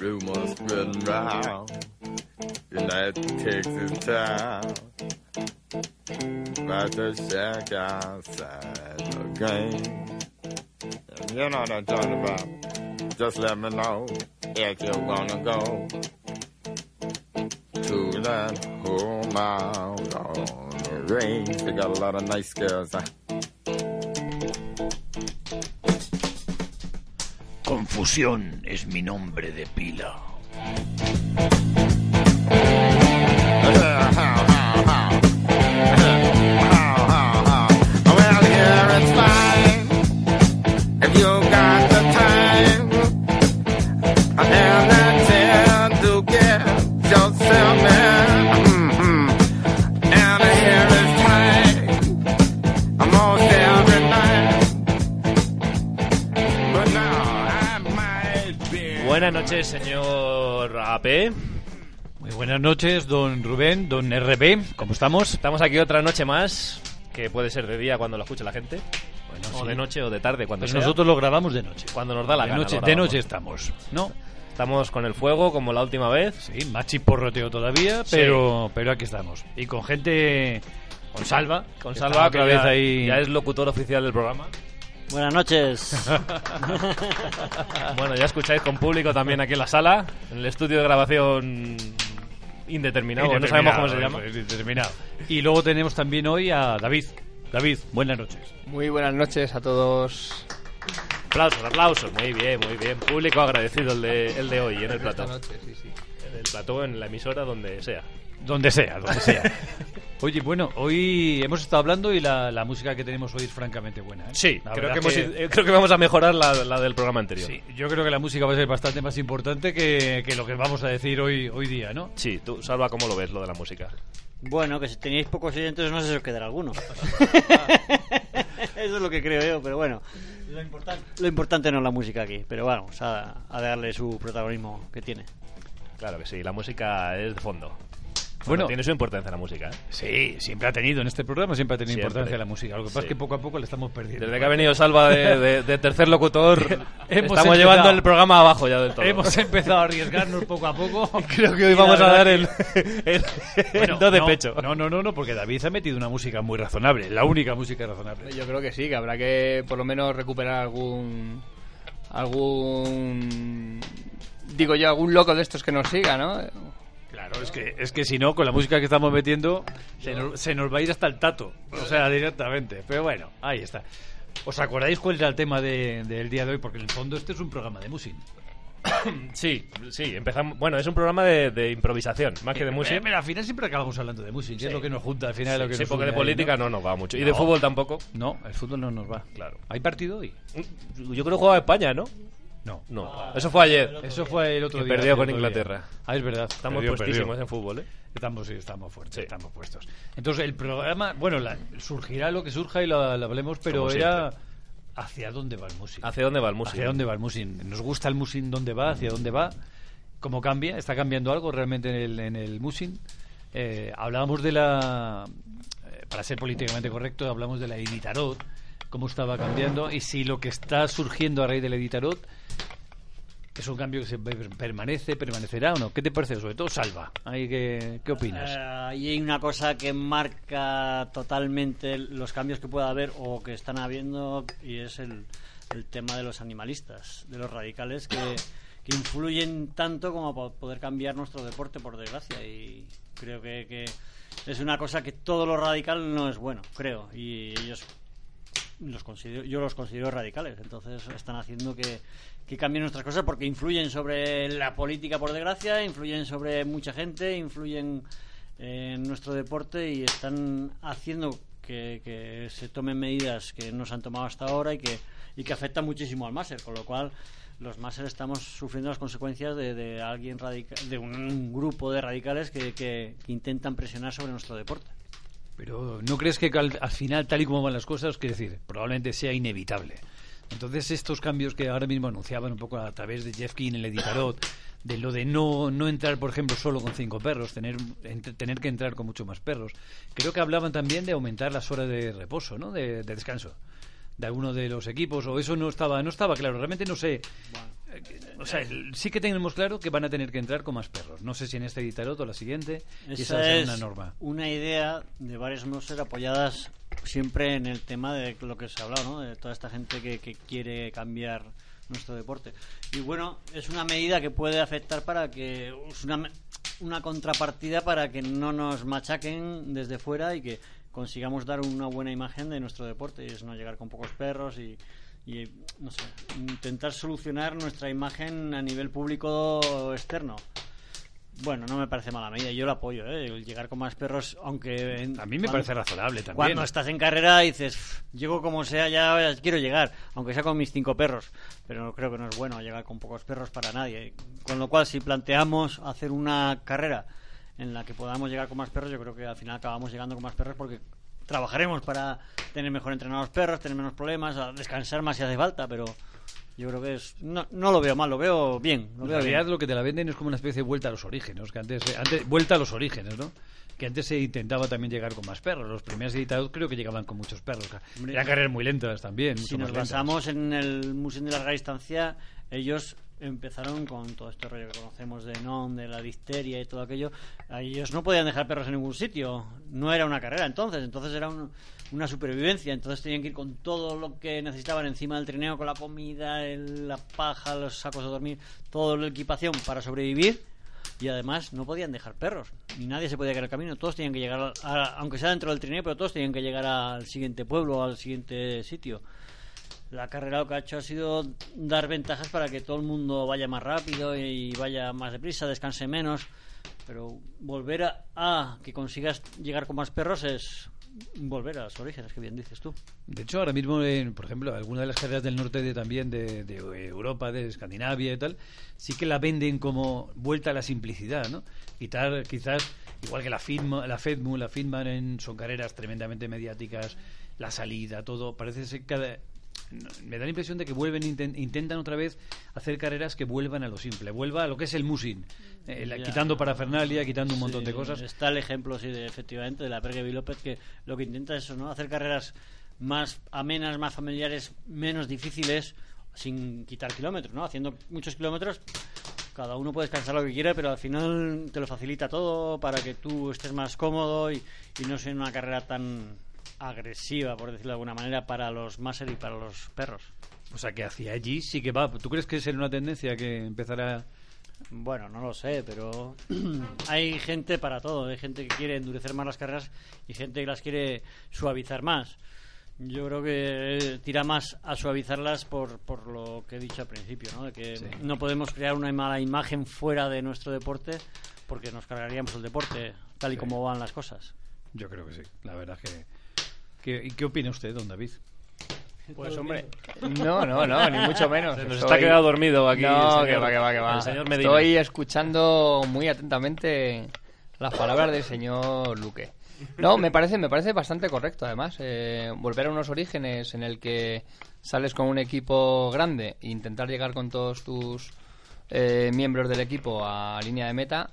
rumors spreading round. United Texas town. About to shack outside the game. If you know what I'm talking about. Just let me know if you wanna go to that whole mile on the range. They got a lot of nice girls. huh? Confusión es mi nombre de pila. Well, here it's fine. If you got the time and the time to get yourself in. mhm. And here it's time. Almost every night. But now I might be. Buenas noches, señor AP. Muy buenas noches, don Rubén, don RB, ¿cómo estamos? Estamos aquí otra noche más, que puede ser de día cuando lo escuche la gente, o sí. de noche o de tarde cuando Pues sea. nosotros lo grabamos de noche. cuando nos da la de gana. noche, lo de grabamos. noche estamos, ¿no? Estamos con el fuego como la última vez. Sí, más chisporroteo todavía, Sí. pero, pero aquí estamos. Y con gente... Con Salva. Con que Salva está que otra vez ya- ahí... ya es locutor oficial del programa. Buenas noches. Bueno, ya escucháis con público también aquí en la sala, en el estudio de grabación indeterminado, no sabemos cómo se llama. Indeterminado, indeterminado. Y luego tenemos también hoy a David. David, buenas noches. Muy buenas noches a todos. Aplausos, aplausos, muy bien, muy bien. Público agradecido el de, el de hoy en el Esta plató. noche, sí, sí. En el plató, en la emisora, donde sea. Donde sea, donde sea. Oye, bueno, hoy hemos estado hablando y la, la música que tenemos hoy es francamente buena. ¿eh? Sí, La creo verdad que, hemos ido- eh, creo que vamos a mejorar la, la del programa anterior. Sí, yo creo que la música va a ser bastante más importante que, que lo que vamos a decir hoy, hoy día, ¿no? Sí, tú, Salva, ¿cómo lo ves lo de la música? Bueno, que si teníais pocos oyentes no sé si os quedará alguno. Eso es lo que creo yo, pero bueno. Lo importante, no es la música aquí, pero vamos a, a darle su protagonismo que tiene. Claro que sí, la música es de fondo. Bueno, Bueno. tiene su importancia la música. ¿eh? Sí, siempre ha tenido en este programa, siempre ha tenido Siempre. importancia la música. Lo que pasa Sí. es que poco a poco la estamos perdiendo. Desde que ha venido Salva de, de- de tercer locutor, Hemos estamos empezado. llevando el programa abajo ya del todo. Hemos empezado a arriesgarnos poco a poco. Creo que hoy Y la vamos a verdad dar que- el, el, el Bueno, do de no, pecho. No, no, no, no, porque David ha metido una música muy razonable, la única música razonable. Yo creo que sí, que habrá que por lo menos recuperar algún. algún. digo yo, algún loco de estos que nos siga, ¿no? Claro, es que, es que si no, con la música que estamos metiendo, se nos, se nos va a ir hasta el tato. O sea, directamente. Pero bueno, ahí está. ¿Os acordáis cuál era el tema de- del día de hoy? Porque en el fondo este es un programa de música. Sí, sí, empezamos. Bueno, es un programa de, de improvisación, más que de música. Eh, Pero al final siempre acabamos hablando de música, es lo que nos junta al final. es lo que Sí, nos porque une de ahí, política ¿no? no nos va mucho. Y de No. fútbol tampoco. No, el fútbol no nos va. Claro. ¿Hay partido hoy? Mm, Yo creo que jugaba España, ¿no? No. No. Eso fue ayer. Eso fue el otro Que día. perdió el con otro Inglaterra. día. Ah, es verdad. Estamos perdió, puestísimos perdió. en fútbol, ¿eh? Estamos, sí, estamos fuertes, Sí. estamos puestos. Entonces, el programa, bueno, la- surgirá lo que surja y lo, lo hablemos, pero Como era hacia dónde va el músico. ¿Hacia dónde va el músico? ¿Hacia dónde va el musing? ¿Nos gusta el musing dónde va? ¿Hacia dónde va? ¿Cómo cambia? ¿Está cambiando algo realmente en el, en el musing? Eh, hablábamos de la. eh, Para ser políticamente correcto, hablamos de la Editarot, cómo estaba cambiando y si lo que está surgiendo a raíz de la Editarot es un cambio que se per- permanece, permanecerá o no. ¿Qué te parece? Sobre todo, Salva. Ahí, ¿qué, ¿Qué opinas? Eh, y hay una cosa que marca totalmente los cambios que pueda haber o que están habiendo y es el, el tema de los animalistas, de los radicales que, que influyen tanto como para poder cambiar nuestro deporte, por desgracia. Y creo que, que es una cosa que todo lo radical no es bueno, creo. Y ellos los considero, yo los considero radicales, entonces están haciendo que, que cambien nuestras cosas porque influyen sobre la política, por desgracia, influyen sobre mucha gente, influyen en nuestro deporte y están haciendo que, que se tomen medidas que no se han tomado hasta ahora y que, y que afectan muchísimo al máster, con lo cual los máster estamos sufriendo las consecuencias de, de alguien radica- de un grupo de radicales que, que intentan presionar sobre nuestro deporte. Pero ¿no crees que al, al final, tal y como van las cosas, quiero decir, probablemente sea inevitable? Entonces, estos cambios que ahora mismo anunciaban un poco a través de Jeff King, el editarot, de lo de no, no entrar, por ejemplo, solo con cinco perros, tener, ent- tener que entrar con muchos más perros, creo que hablaban también de aumentar las horas de reposo, ¿no? De, de descanso de alguno de los equipos o eso no estaba no estaba claro realmente no sé O sea, el- sí que tenemos claro que van a tener que entrar con más perros. No sé si en esta editarot o la siguiente. y esa va Esa a ser es una norma. una idea de varios Moser apoyadas siempre en el tema de lo que se ha hablado, ¿no? De toda esta gente que, que quiere cambiar nuestro deporte. Y bueno, es una medida que puede afectar para que. Es una, me- una contrapartida para que no nos machaquen desde fuera y que consigamos dar una buena imagen de nuestro deporte. Y es no llegar con pocos perros y. y, no sé, intentar solucionar nuestra imagen a nivel público externo. Bueno, no me parece mala medida, yo lo apoyo, ¿eh? El llegar con más perros, aunque... en- A mí me cuando- parece razonable también. Cuando estás en carrera dices, "Pff, llego como sea, ya quiero llegar, aunque sea con mis cinco perros, pero creo que no es bueno llegar con pocos perros para nadie. Con lo cual, si planteamos hacer una carrera en la que podamos llegar con más perros, yo creo que al final acabamos llegando con más perros porque trabajaremos para tener mejor entrenados perros, tener menos problemas, a descansar más si hace falta, pero yo creo que es... No, no lo veo mal, lo veo bien. Lo En veo realidad bien. lo que te la venden es como una especie de vuelta a los orígenes, que antes, eh, antes- vuelta a los orígenes, ¿no? Que antes se intentaba también llegar con más perros. Los primeros editados creo que llegaban con muchos perros. Hombre, Eran carreras muy lentas también. si mucho nos más lentas. basamos en el Museo de Larga Distancia, ellos empezaron con todo este rollo que conocemos de NOM, de la difteria y todo aquello. A Ellos no podían dejar perros en ningún sitio. No era una carrera entonces, entonces era un- una supervivencia. Entonces tenían que ir con todo lo que necesitaban encima del trineo, con la comida, el- la paja, los sacos de dormir, toda la equipación para sobrevivir. Y además no podían dejar perros, ni nadie se podía quedar en el camino, todos tenían que llegar, a- a- aunque sea dentro del trineo, pero todos tenían que llegar al siguiente pueblo, al siguiente sitio. La carrera lo que ha hecho ha sido dar ventajas para que todo el mundo vaya más rápido y vaya más deprisa, descanse menos. Pero volver a, a que consigas llegar con más perros es volver a los orígenes, que bien dices tú. De hecho, ahora mismo, en, por ejemplo, algunas de las carreras del norte de, también de, de Europa, de Escandinavia y tal, sí que la venden como vuelta a la simplicidad, ¿no? Quitar, quizás, igual que la FIDMA, la FEDMU, la FIDMAN en- son carreras tremendamente mediáticas, la salida, todo, parece ser que cada... no, Me da la impresión de que vuelven inten- intentan otra vez hacer carreras que vuelvan a lo simple, vuelva a lo que es el musing, eh, la- Ya. quitando parafernalia, quitando un montón de Sí, cosas. Está el ejemplo, sí, de, efectivamente, de la Pergevi López, que lo que intenta es eso, ¿no? Hacer carreras más amenas, más familiares, menos difíciles, sin quitar kilómetros, ¿no? Haciendo muchos kilómetros, cada uno puede descansar lo que quiera, pero al final te lo facilita todo para que tú estés más cómodo y, y no sea una carrera tan agresiva, por decirlo de alguna manera, para los máser y para los perros. O sea, que hacia allí sí que va. ¿Tú crees que será una tendencia que empezará... Bueno, no lo sé, pero hay gente para todo. Hay gente que quiere endurecer más las carreras y gente que las quiere suavizar más. Yo creo que eh, tira más a suavizarlas por, por lo que he dicho al principio, ¿no? De que no podemos crear una mala imagen fuera de nuestro deporte porque nos cargaríamos el deporte tal y Sí. como van las cosas. Yo creo que sí, la verdad es que... que- ¿Y qué opina usted, don David? Pues hombre, no, no, no, ni mucho menos. Se nos Estoy- está quedando dormido aquí. No, el que señor- va, que va, que va. El señor Medina. Estoy escuchando muy atentamente las palabras del señor Luque. No, me parece, me parece bastante correcto, además. eh, volver a unos orígenes en el que sales con un equipo grande e intentar llegar con todos tus eh, miembros del equipo a línea de meta,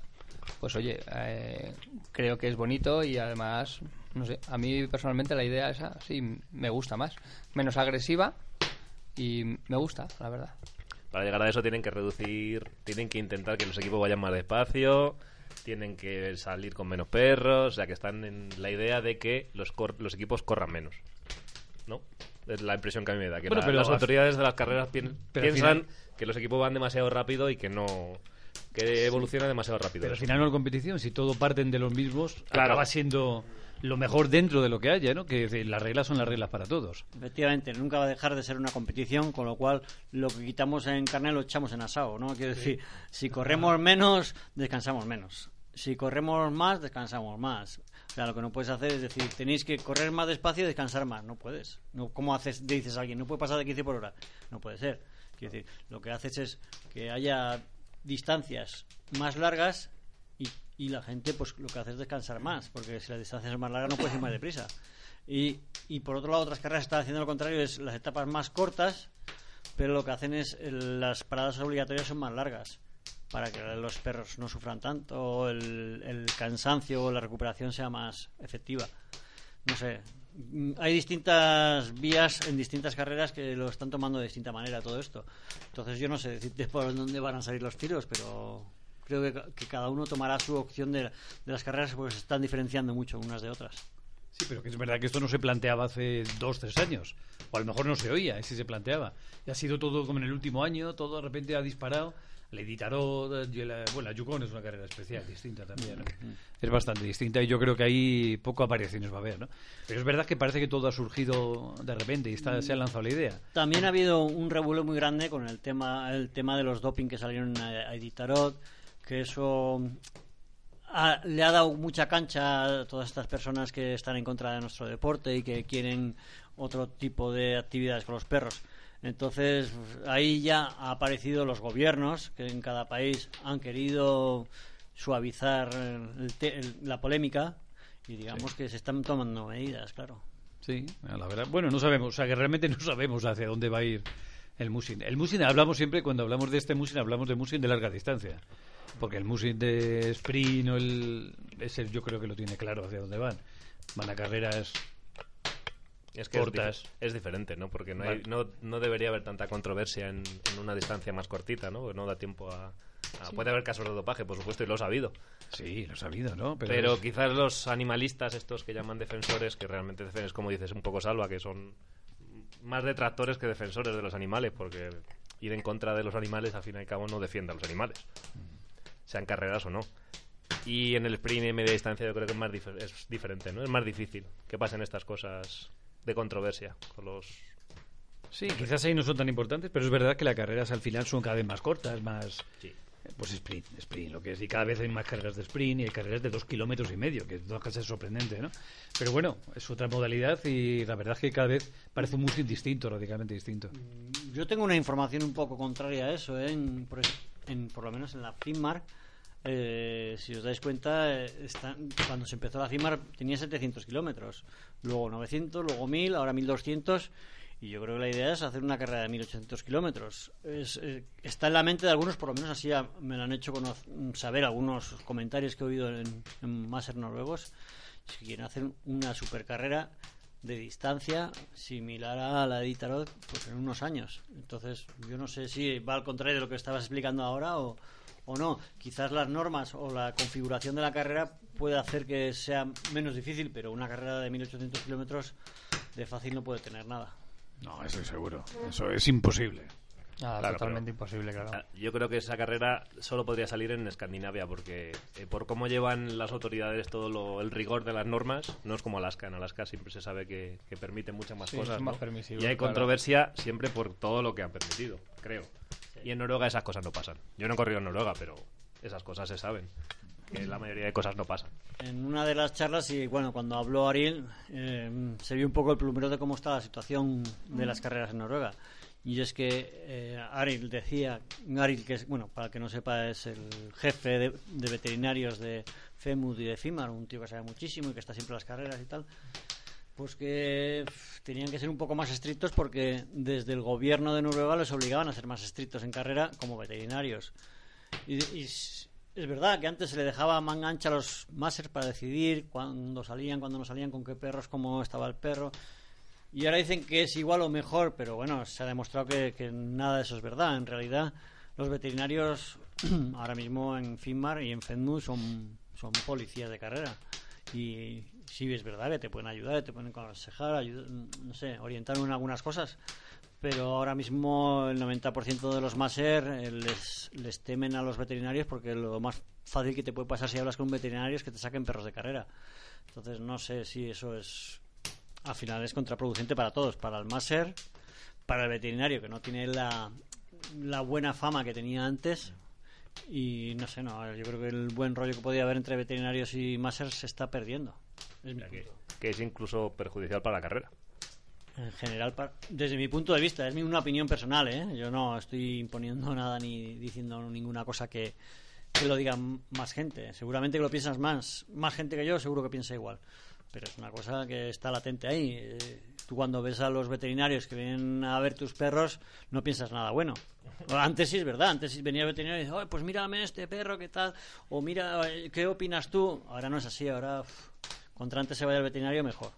pues oye, eh, creo que es bonito y además, no sé, a mí personalmente la idea esa sí me gusta más. Menos agresiva y me gusta, la verdad. Para llegar a eso tienen que reducir, tienen que intentar que los equipos vayan más despacio, tienen que salir con menos perros, o sea que están en la idea de que los, cor- los equipos corran menos. ¿No? Es la impresión que a mí me da. Que Bueno, la- pero las al- autoridades de las carreras pien- pero al piensan final- que los equipos van demasiado rápido y que no. que evolucionan demasiado rápido. Pero al Eso. final no hay competición, si todo parten de los mismos, Claro. acaba siendo lo mejor dentro de lo que haya, ¿no? Que es decir, las reglas son las reglas para todos. Efectivamente, nunca va a dejar de ser una competición, con lo cual lo que quitamos en carne lo echamos en asado, ¿no? Quiero decir, si corremos menos, descansamos menos. Si corremos más, descansamos más. O sea, lo que no puedes hacer es decir, tenéis que correr más despacio y descansar más. No puedes. No, ¿Cómo haces, dices a alguien, no puede pasar de 15 por hora? No puede ser. Quiero decir, lo que haces es que haya distancias más largas y, y la gente pues lo que hace es descansar más, porque si la distancia es más larga no puedes ir más deprisa. Y, y por otro lado, otras carreras están haciendo lo contrario, es las etapas más cortas, pero lo que hacen es el- las paradas obligatorias son más largas, para que los perros no sufran tanto, o el, el cansancio o la recuperación sea más efectiva. No sé, mm, hay distintas vías en distintas carreras que lo están tomando de distinta manera todo esto. Entonces yo no sé decirte por dónde van a salir los tiros, pero creo que, ca- que cada uno tomará su opción de, de las carreras porque se están diferenciando mucho unas de otras. Sí, pero que es verdad que esto no se planteaba hace dos, tres años. O a lo mejor no se oía, eh, si se planteaba. Y ha sido todo como en el último año, todo de repente ha disparado. Lady Tarot, yo la- bueno, la Yukon es una carrera especial, distinta también. ¿no? Es bastante distinta y yo creo que ahí poco apariciones va a haber, ¿no? Pero es verdad que parece que todo ha surgido de repente y está, se ha lanzado la idea. También ha habido un revuelo muy grande con el tema, el tema de los doping que salieron a, a Editarot, que eso ha- le ha dado mucha cancha a todas estas personas que están en contra de nuestro deporte y que quieren otro tipo de actividades con los perros. Entonces, ahí ya ha aparecido los gobiernos que en cada país han querido suavizar el te- el- la polémica y digamos que se están tomando medidas, claro. Sí, a la verdad. Bueno, no sabemos, o sea que realmente no sabemos hacia dónde va a ir el Musin. El Musin hablamos siempre, cuando hablamos de este Musin, hablamos de Musin de larga distancia. Porque el Musin de sprint o el. Ese yo creo que lo tiene claro hacia dónde van. Van a carreras. Es que es Cortas. dif- Es, diferente, ¿no? Porque no, hay- Vale. no, no debería haber tanta controversia en, en una distancia más cortita, ¿no? Porque no da tiempo a... a- Puede haber casos de dopaje, por supuesto, y lo ha habido. Sí, lo he sabido, ¿no? Pero, es- quizás los animalistas estos que llaman defensores, que realmente es como dices, un poco salva, que son más detractores que defensores de los animales, porque ir en contra de los animales, al fin y al cabo, no defiende a los animales, sean carreras o no. Y en el sprint y media distancia yo creo que es, más difer- es diferente, ¿no? Es más difícil que pasen estas cosas de controversia con los... Sí, quizás ahí no son tan importantes, pero es verdad que las carreras al final son cada vez más cortas, más. Pues sprint, sprint, lo que es. Y cada vez hay más carreras de sprint y hay carreras de dos kilómetros y medio, que es una cosa sorprendente, ¿no? Pero bueno, es otra modalidad y la verdad es que cada vez parece un muslim distinto, radicalmente distinto. Yo tengo una información un poco contraria a eso, ¿eh? en, por, es- en- por lo menos en la FIMAR. eh, si os dais cuenta, eh, están- cuando se empezó la FIMAR tenía 700 kilómetros, luego 900, luego 1000, ahora 1200. Y yo creo que la idea es hacer una carrera de 1800 kilómetros. Es, eh, está en la mente de algunos, por lo menos así ah, me lo han hecho conoc- saber algunos comentarios que he oído en, en Maser Noruegos. Es que quieren hacer una supercarrera de distancia similar a la de Itarot pues en unos años. Entonces, yo no sé si va al contrario de lo que estabas explicando ahora o, o no. Quizás las normas o la configuración de la carrera puede hacer que sea menos difícil, pero una carrera de 1800 kilómetros de fácil no puede tener nada. No, eso es seguro. Eso es imposible. Nada, Claro, Ah, totalmente pero- imposible, claro. Ah, Yo creo que esa carrera solo podría salir en Escandinavia, porque eh, por cómo llevan las autoridades todo lo- el rigor de las normas, no es como Alaska. En Alaska siempre se sabe que, que permiten muchas más Sí, cosas. es más ¿no? permisivo, y hay claro. controversia siempre por todo lo que han permitido, creo. Y en Noruega esas cosas no pasan. Yo no he corrido en Noruega, pero esas cosas se saben. Que la mayoría de cosas no pasan. En una de las charlas, y bueno, cuando habló Ariel, eh, se vio un poco el plumero de cómo está la situación de las carreras en Noruega. Y es que eh, Ariel decía, Ariel, que es, bueno, para el que no sepa, es el jefe de, de veterinarios de FEMUD y de FIMAR, un tío que sabe muchísimo y que está siempre en las carreras y tal, pues que pf, tenían que ser un poco más estrictos porque desde el gobierno de Noruega los obligaban a ser más estrictos en carrera como veterinarios. Y, y s- es verdad que antes se le dejaba manga ancha a los masters para decidir cuándo salían, cuándo no salían, con qué perros, cómo estaba el perro. Y ahora dicen que es igual o mejor, pero bueno, se ha demostrado que, que nada de eso es verdad. En realidad, los veterinarios ahora mismo en FINMAR y en FENMU son, son policías de carrera. Y sí es verdad que te pueden ayudar, te pueden aconsejar, ayud- no sé, orientar en algunas cosas. Pero ahora mismo el 90% de los MASER eh, les, les temen a los veterinarios porque lo más fácil que te puede pasar si hablas con un veterinario es que te saquen perros de carrera. Entonces no sé si eso es... Al final es contraproducente para todos, para el MASER, para el veterinario que no tiene la, la buena fama que tenía antes. Y no sé, no, yo creo que el buen rollo que podía haber entre veterinarios y MASER se está perdiendo. Es mi O sea, que, punto. que es incluso perjudicial para la carrera. En general, pa- desde mi punto de vista, es mi- una opinión personal, ¿eh? Yo no estoy imponiendo nada ni diciendo ninguna cosa que, que lo diga m- más gente. Seguramente que lo piensas más. Más gente que yo seguro que piensa igual. Pero es una cosa que está latente ahí. Eh, Tú cuando ves a los veterinarios que vienen a ver tus perros, no piensas nada bueno. Antes sí es verdad, antes sí venía el veterinario y dice, "Ay, pues mírame este perro, ¿qué tal? O mira, eh, ¿qué opinas tú? Ahora no es así, ahora... uf, Contra antes se vaya al veterinario, mejor.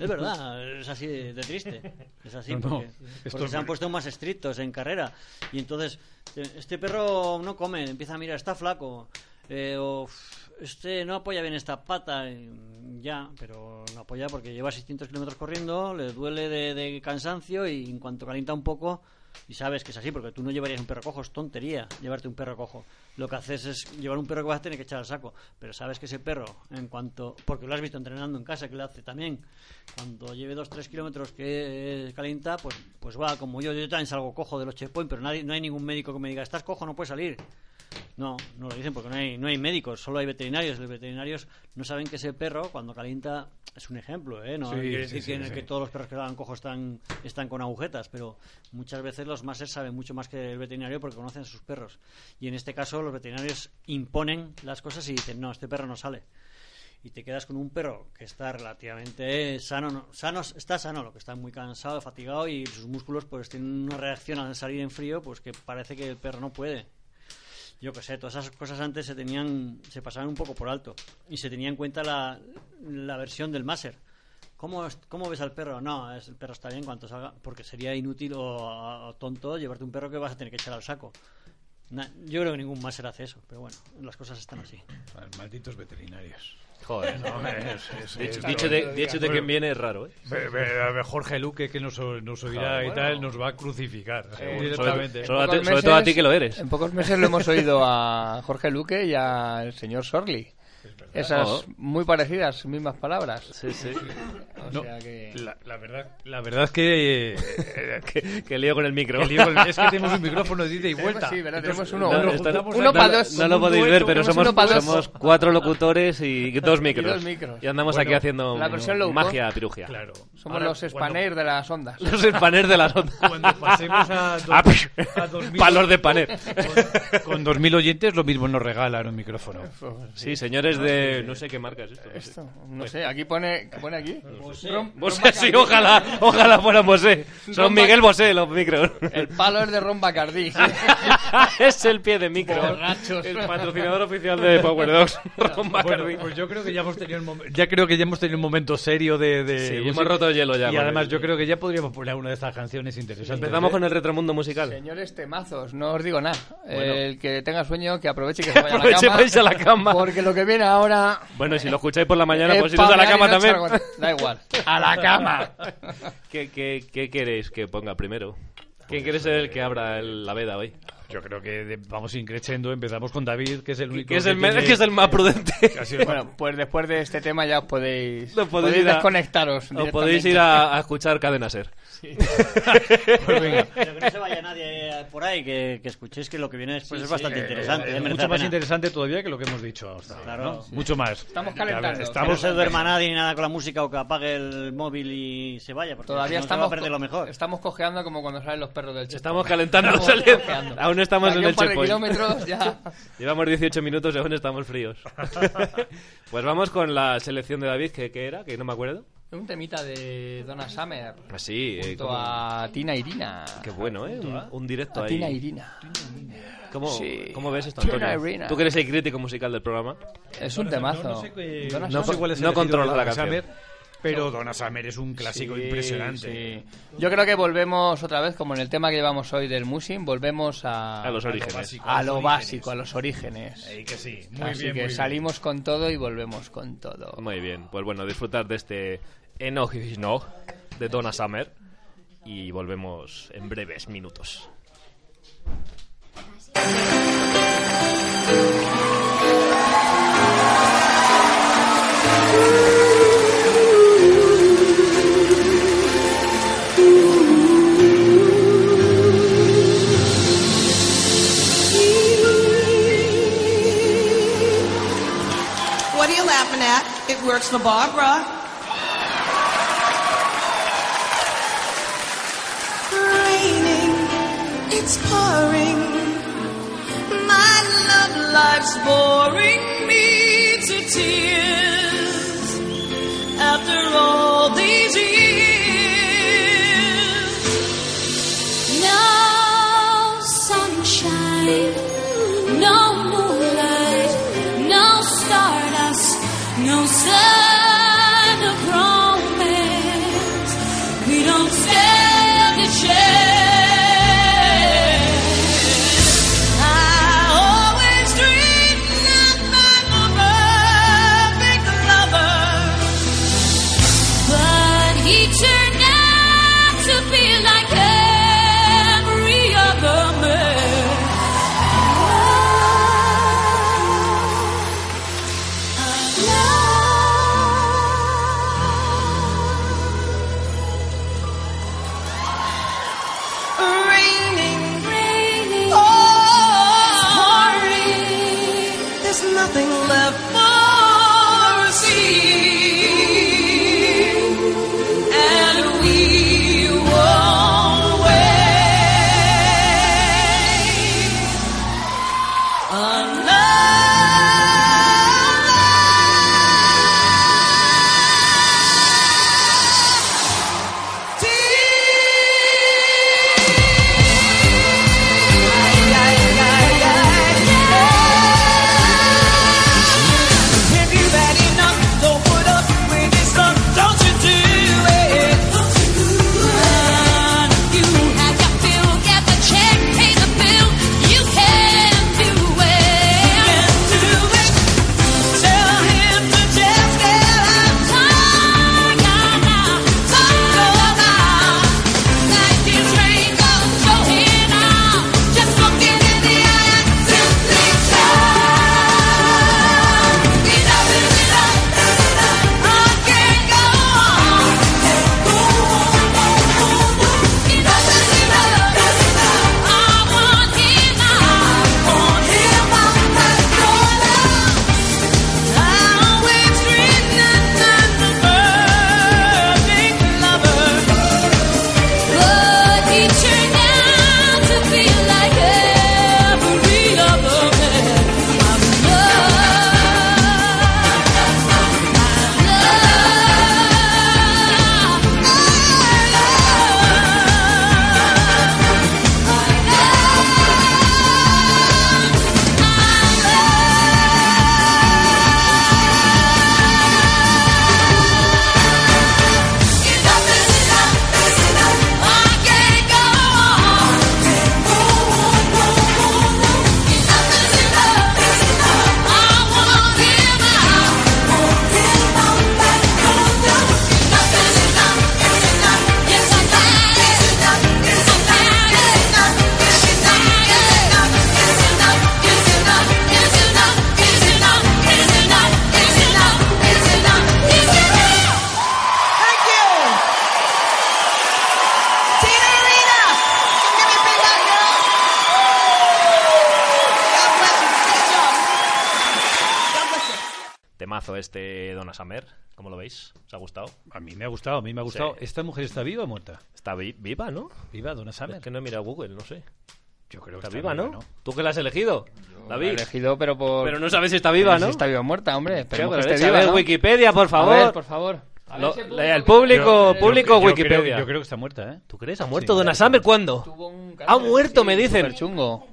Es verdad, es así de, de triste. Es así No, no, porque, esto porque es se han bueno. puesto más estrictos en carrera. Y entonces, eh, este perro no come, empieza a mirar, está flaco. eh, o "Uf, este no apoya bien esta pata. y, mm, ya, pero no apoya porque lleva 600 kilómetros corriendo, le duele de, de cansancio y en cuanto calienta un poco. Y sabes que es así, porque tú no llevarías un perro cojo, es tontería llevarte un perro cojo. Lo que haces es llevar un perro que vas a tener que echar al saco. Pero sabes que ese perro, en cuanto. Porque lo has visto entrenando en casa, que lo hace también. Cuando lleve 2-3 kilómetros que eh, calienta, pues, pues va, como yo, yo también salgo cojo de los checkpoints, pero nadie, no hay ningún médico que me diga, estás cojo, no puedes salir. No, no lo dicen porque no hay, no hay médicos, solo hay veterinarios. Los veterinarios no saben que ese perro, cuando calienta, es un ejemplo, ¿eh? No Sí, quiere sí, decir sí, que, sí. que todos los perros que dan cojo están, están con agujetas, pero muchas veces los masters saben mucho más que el veterinario porque conocen a sus perros. Y en este caso, los veterinarios imponen las cosas y dicen, no, este perro no sale y te quedas con un perro que está relativamente sano, no- sano está sano, lo que está muy cansado, fatigado y sus músculos pues tienen una reacción al salir en frío, pues que parece que el perro no puede. Yo qué sé, todas esas cosas antes se tenían se pasaban un poco por alto y se tenía en cuenta la, la versión del máser. ¿Cómo, es- ¿Cómo ves al perro? No, es- el perro está bien cuanto salga, porque sería inútil o, o tonto llevarte un perro que vas a tener que echar al saco. Na- yo creo que ningún máser hace eso, pero bueno, las cosas están así. Malditos veterinarios. Joder, no. Es- es- Dicho, es- dicho de, dicho de Bueno, quien viene es raro, ¿eh? ve- ve- Jorge Luque, que nos, nos oirá y tal, nos va a crucificar. directamente. sobre- En a ti- pocos todo a ti que lo eres. En pocos meses lo hemos oído a Jorge Luque y al señor Sorli. Esas Oh. muy parecidas, mismas palabras. Sí, sí. O No, sea que... la, la verdad, la verdad es que... eh, que, que lío con el micro. que digo, es que tenemos un micrófono de ida y Tenemos- vuelta. sí, verdad, Entonces, tenemos uno. nos Uno- juntamos está- uno no- pa' dos, No lo un podéis ver, dueto, pero tenemos somos, uno pa' dos. somos cuatro locutores y dos micros. dos micros. Y andamos aquí haciendo la versión low magia pirugia. Claro. Somos Ahora, los cuando- Spanair de las ondas. Los de Paner de las ondas. Cuando pasemos a dos- Ah, psh. a dos mil- Palos de Paner. Con 2.000 oyentes lo mismo nos regalan un micrófono. Pues, Sí, señores de... No sé qué marca es esto. Esto, Pues- no sé, aquí pone... ¿Qué pone aquí? Rom- Bosé, sí, ojalá, ojalá fuera Bosé. Son Rompa- Miguel Bosé los micros. El palo es de Ron Bacardi. es el pie de micro. Borrachos. El patrocinador oficial de Power Dogs, Ron Bueno, Bacardi. pues yo creo que ya hemos tenido un, mom- ya creo que ya hemos tenido un momento serio de... de Sí, música. hemos roto el hielo ya Y con además el- yo creo que ya podríamos poner una de estas canciones interesantes. Empezamos ¿eh? con el retromundo musical. Señores temazos, no os digo nada. El que tenga sueño, que aproveche y que se vaya a la Aproveche, cama. vais a la cama. Porque lo que viene ahora... Bueno, y si lo escucháis por la mañana, es pues iros a la pamear y cama no también. echar gota. Da igual. Ah, A la cama. ¿Qué, qué, qué queréis que ponga primero? ¿Quién quiere ser el que abra el- la veda hoy? Yo creo que de- vamos increciendo. Empezamos con David, que es el único Que es el, me- tiene- que es el más prudente. que ha sido el más- Bueno, pues después de este tema ya os podéis, Lo podéis podéis, ir a- desconectaros. O podéis ir a, a escuchar Cadena Ser. Pues venga. Pero que no se vaya nadie eh, por ahí, que, que escuchéis que lo que viene después es bastante interesante. eh, merece mucho la más pena. interesante todavía que lo que hemos dicho hasta ahora, claro. ¿no? Mucho más. Estamos A ver, calentando. Que no Estamos se duerma nadie ni nada con la música o que apague el móvil y se vaya, porque Todavía si no se estamos, va a perder lo mejor. estamos cojeando como cuando salen los perros del checkpoint. Estamos calentando. saliendo. Aún estamos De aquí en a el un par de checkpoint. kilómetros ya. Llevamos 18 minutos y aún estamos fríos. pues vamos con la selección de David, que, que era, que no me acuerdo. Un temita de Donna Summer Así, eh, junto como- a Tina Irina. qué bueno, ¿eh? Un, un directo A ahí. Tina Irina. ¿Cómo, Sí. ¿Cómo ves esto, Tina Antonio? Irina. Tú que eres el crítico musical del programa. Es un temazo. No sé qué- Donna no sé Summer. cuál es el no elegido controla de la Donna canción. Summer, pero Donna Summer es un clásico Sí, sí. impresionante. Yo creo que volvemos otra vez, como en el tema que llevamos hoy del Musin, volvemos a, A los orígenes. a lo orígenes. básico, a los orígenes. Ahí que sí. Muy Así bien, que muy bien. salimos con todo y volvemos con todo. Muy bien, pues bueno, disfrutar de este Enoch is Nog de Donna Summer y volvemos en breves minutos. What are you laughing at? It works for Barbara. Raining, it's pouring. My love life's boring me to tears. After all these years. No sunshine, no moonlight, no stardust, no sign of romance. nothing left for receive. And we won't wait another If you've had enough, don't put up with this stuff. Don't you do it. You had your fill, get the check, pay the bill. You can do it. Can't do it. Tell him to just get out. Tagana, tagana, like this rain goes flowing on. Just looking in the eye and simply shout, enough is enough. I can't go on. Enough is enough. I want him out. I want him out. That's your love. But he turned out to be like every other man. I'm loved. Enough is enough is enough. I can't go on. Enough is enough is enough. I want him out. Enough is enough is enough. Yes, I'm glad it's enough. Yes, I'm glad it's enough. Yes, I'm glad it's enough. Yes, enough is enough. Yes, enough is enough. Yes, enough is enough. Yes, enough is enough. Thank you. Tina Arena. Give me a big hug, girl. God bless you. Thanks, y'all. God bless you. Temazo este Donna Summer. ¿Cómo lo veis? ¿Os ha gustado? A mí me ha gustado, a mí me ha gustado. Sí. ¿Esta mujer está viva o muerta? Está vi- viva, ¿no? ¿Viva Donna Summer? Es que no he mirado Google, no sé. Yo creo que Está viva, ¿no? ¿Tú que la has elegido? Lo he David. elegido, pero por... Pero no sabes si está viva, si ¿no? está viva o muerta, hombre. Esperemos Claro, que leche, esté viva, a ver, ¿no? Wikipedia, por A favor. ver, por favor. A Lo- ver ese le- al público que- público, público Wikipedia. Creo, yo creo que está muerta, ¿eh? ¿Tú crees? ¿Ha muerto Donna Summer cuándo? Tuvo un Ha muerto, me dicen. súper chungo.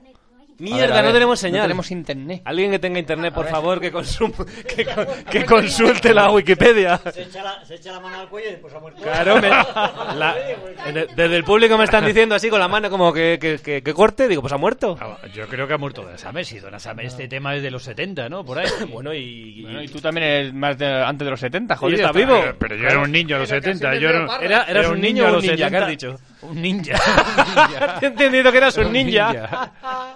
Mierda, no tenemos señal. No tenemos internet. Alguien que tenga internet, por favor, que, consum- que, con- que consulte la Wikipedia. Se echa, la, se echa la mano al cuello y después ha muerto. Claro, me- la- en el- desde el público me están diciendo así con la mano como que, que, que- que corte. Digo, pues ha muerto. Ah, Yo creo que ha muerto Donna Summer. Si Donna Ah. Summer, este tema es de los 70, ¿no? Por ahí. Bueno, y... Bueno, y tú también eres más de- antes de los 70, joder. Y está estaba- vivo. Pero- Pero yo era un niño a los 70. Yo era, Era, eras era un niño o a un los ninja, ¿qué has 70. dicho? Un ninja. He entendido que eras un ninja.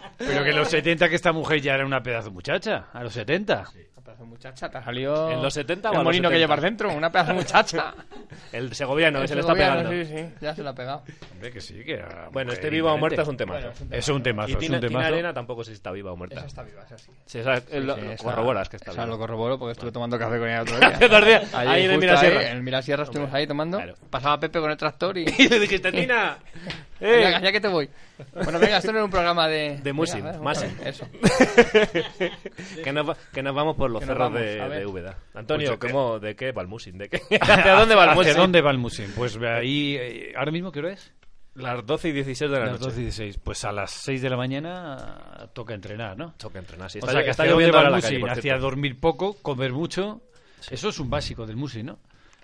Pero que en los 70 que esta mujer ya era una pedazo de muchacha. A los 70. Pedazo de muchacha, te ha salido... ¿En los 70 o a El los molino que 70? llevas dentro, una pedazo de muchacha. El segoviano, que se le está Ese gobierno, pegando. Sí, sí, ya se la ha pegado. Hombre, que sí, que era Bueno, este mujer viva o muerta es diferente. un temazo. Es un temazo, Y es Tina, un Tina temazo. Arena tampoco sé si está viva o muerta. Esa está viva, esa sí. Sí, esa- lo- Sí, lo esa- corroboras que está esa viva. lo corroboro porque estuve tomando café con ella el otro día. Hace dos días, Allí, ahí en el justo Mirasierra. ahí, en el Mirasierra estuvimos ahí tomando. claro. Pasaba Pepe con el tractor y... Y le dijiste, Tina, eh, Venga, ya que te voy. Bueno, venga, esto no era un programa de... De Musin, Venga, a ver, Masin. vamos a ver, Eso. que, nos, va- que nos vamos por los Que nos cerros vamos, de, a ver. de Úbeda. Antonio, Pues yo ¿cómo, ¿de qué? ¿Balmusin? ¿De qué? ¿Hacia dónde Balmusin? ¿Hacia dónde va el Musin? Pues ahí... eh, ¿Ahora mismo qué hora es? Las 12 y 16 de la Las noche. 12 y 16. Pues a las 6 de la mañana toca entrenar, ¿no? Toca entrenar. sí, O está, sea, que está hacia dónde lloviendo va ahora el en la calle, Musin? por Hacia cierto. dormir poco, comer mucho. Eso es un básico del Musin, ¿no?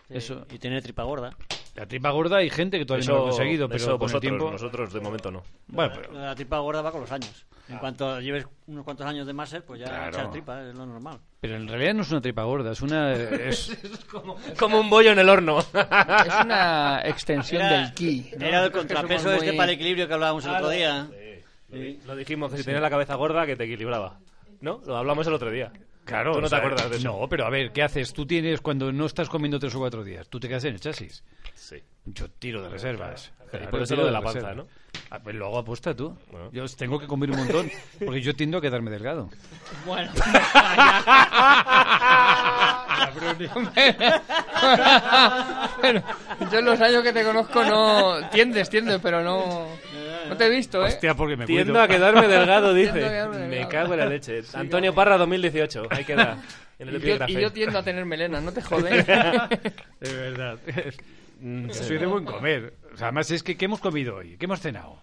Eso, Y tiene tripa gorda. la tripa gorda hay gente que todavía Eso- no lo ha conseguido, pero eso con el vosotros, tiempo... nosotros de momento no. Bueno, pero- Lo de La tripa gorda va con los años. En cuanto lleves unos cuantos años de máster, pues ya Claro. echar tripa es lo normal. Pero en realidad no es una tripa gorda, es una... es- Como un bollo en el horno. Es una extensión del ki. ¿no? era el Es que contrapeso somos este muy- para el equilibrio que hablábamos el otro día. Lo dijimos, que si tenías la cabeza gorda, que te equilibraba. ¿No? Lo hablamos el otro día. Claro, Tú no o te sea, acuerdas de eso. No, pero a ver, ¿qué haces? Tú tienes, cuando no estás comiendo tres o cuatro días, tú te quedas en el chasis. Sí. Yo tiro de reservas. claro, Yo por eso tiro lo de la panza, reservas. ¿no? Ah, pues Luego apuesta tú. Bueno. Yo tengo que comer un montón, porque yo tiendo a quedarme delgado. Bueno. Bueno, yo en los años que te conozco no... Tiendes, tiendes, pero no... No te he visto, ¿eh? Hostia, porque me Tiendo cuido. a quedarme delgado, dice. Tiendo a quedarme Me delgado. cago en la leche. Antonio Parra 2018. Ahí queda. En el Y yo, y epígrafe. yo tiendo a tener melena, no te jodes. De verdad. Mm, Soy de buen comer. O sea, además es que, ¿qué hemos comido hoy? ¿Qué hemos cenado?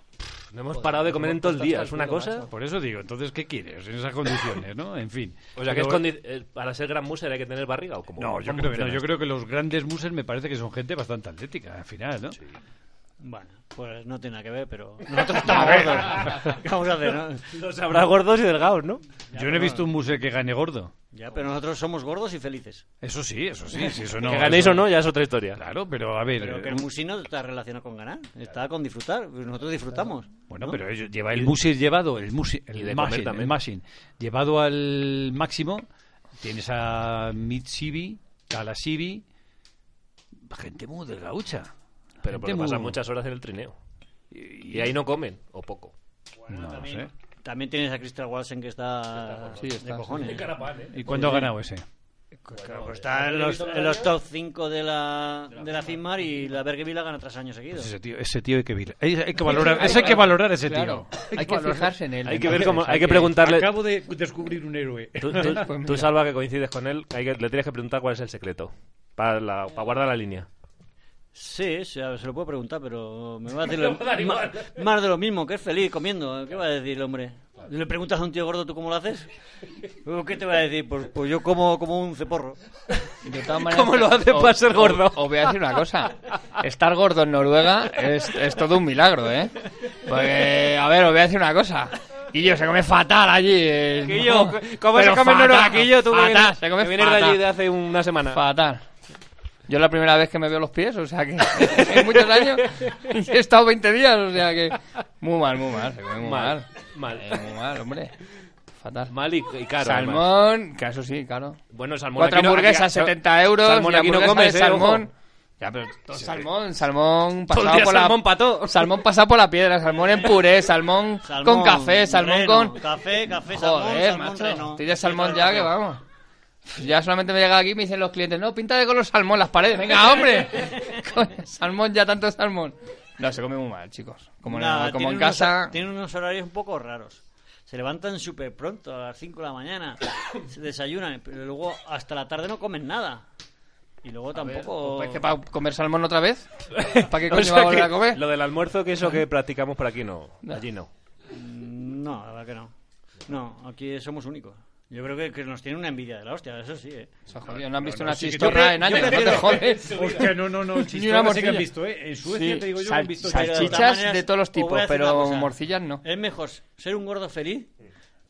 No hemos parado de comer en todo el día. Es una cosa. Por eso digo, entonces, ¿qué quieres? En esas condiciones, ¿no? En fin. O sea, que es Pero- condi- eh, para ser gran muser hay que tener barriga o como. No, yo creo, que no, yo creo que los grandes muses me parece que son gente bastante atlética, al final, ¿no? Bueno, pues no tiene nada que ver, pero nosotros estamos gordos. ¿Qué vamos a hacer? no? Los habrá gordos y delgados, ¿no? Yo no he visto un muse que gane gordo. Ya, pero nosotros somos gordos y felices. Eso sí, eso sí, sí, eso no. que ganéis eso- o no, ya es otra historia. Claro, pero a ver. Pero que el un- musino no está relacionado con ganar, está con disfrutar. pues Nosotros disfrutamos. Bueno, ¿no? pero ellos lleva el musi llevado, el musi, y el de comer machine, el también. machine, llevado al máximo, tienes a Mitsibi, Kalasibi, gente muy delgaucha. Pero porque gente muy- pasan muchas horas en el trineo. Y- Y ahí no comen, o poco. no sé. También tienes a Crystal Walsen que está, Sí, está, de cojones. ¿eh? ¿Y cuándo ha ganado ese? Claro, pues está en los, en los top 5 de la, de la FIMAR y la Bergevila gana tres años seguidos. Ese tío, ese tío hay que valorar. Hay, hay que valorar, ese hay que valorar a ese Claro, tío. hay que fijarse en él. Hay que entonces, ver cómo. Hay que preguntarle. Acabo de descubrir un héroe. Pues Tú, tú- Pues tú, Salva, que coincides con él, hay que- le tienes que preguntar cuál es el secreto. Para, la- para guardar la línea. Sí, sí, a ver, se lo puedo preguntar, pero me va a decir lo- ma- más de lo mismo, que es feliz comiendo. ¿Qué va a decir el hombre? Le preguntas a un tío gordo, ¿tú cómo lo haces? Luego, ¿Qué te va a decir? Pues, pues yo como, como un ceporro. De todas maneras, ¿Cómo lo hace o- para ser o- gordo? Os voy a decir una cosa. Estar gordo en Noruega es, es todo un milagro, ¿eh? Porque, a ver, os voy a decir una cosa. Quillo, se come fatal allí. eh, Quillo, ¿no? ¿cómo Pero se come en fatal, Noruega? Quillo, tú que fatal, vienes, se come que vienes de fatal, allí de hace una semana. Fatal. Yo es la primera vez que me veo los pies, o sea que... en muchos años y he estado 20 días, o sea que... Muy mal, muy mal, se come muy mal. Mal, mal. Eh, muy mal, hombre. Fatal. Mal y, y caro. además. salmón, que eso sí, claro. Bueno, salmón. Cuatro aquí no- hamburguesas, aquí- 70 euros. Salmón y aquí no hamburguesa comes, de eh, ojo. salmón. Ya, pero todo salmón, salmón Todo el pasado día por salmón la pa' todo. salmón pasado por la piedra, salmón en puré, salmón, con café, salmón reno, con Café, café, joder, salmón, macho, salmón, reno. estoy de salmón ya que vamos. Ya solamente me llega aquí y me dicen los clientes, no, pinta de color salmón las paredes, venga, hombre. Coño, salmón ya tanto salmón. No, se come muy mal, chicos. Como, en- Nada, como tienen en unos- casa. tienen unos horarios un poco raros. Se levantan súper pronto, a las 5 de la mañana. se desayunan, pero luego hasta la tarde no comen nada. Y luego tampoco. Pues que para comer salmón otra vez, ¿para qué O coño sea va a volver que a comer? Lo del almuerzo, que es lo que practicamos por aquí, no. Allí no. No, la verdad que no. No, aquí somos únicos. Yo creo que, que nos tiene una envidia de la hostia, eso sí, ¿eh? O sea, jodido, no han visto una sí que- chistorra Yo pre- en años, yo no te prefiero- jodes. Hostia, no, no, no. Ni una Chistorra sí que han morcilla. visto, ¿eh? En Suecia, te digo yo, Sal- han visto Pero de todas salchichas maneras, de todos los os voy a tipos, decir pero una cosa. morcillas no. Es mejor ser un gordo feliz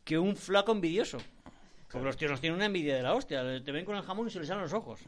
que un flaco envidioso. Porque los tíos nos tienen una envidia de la hostia. Te ven con el jamón y se les salen los ojos.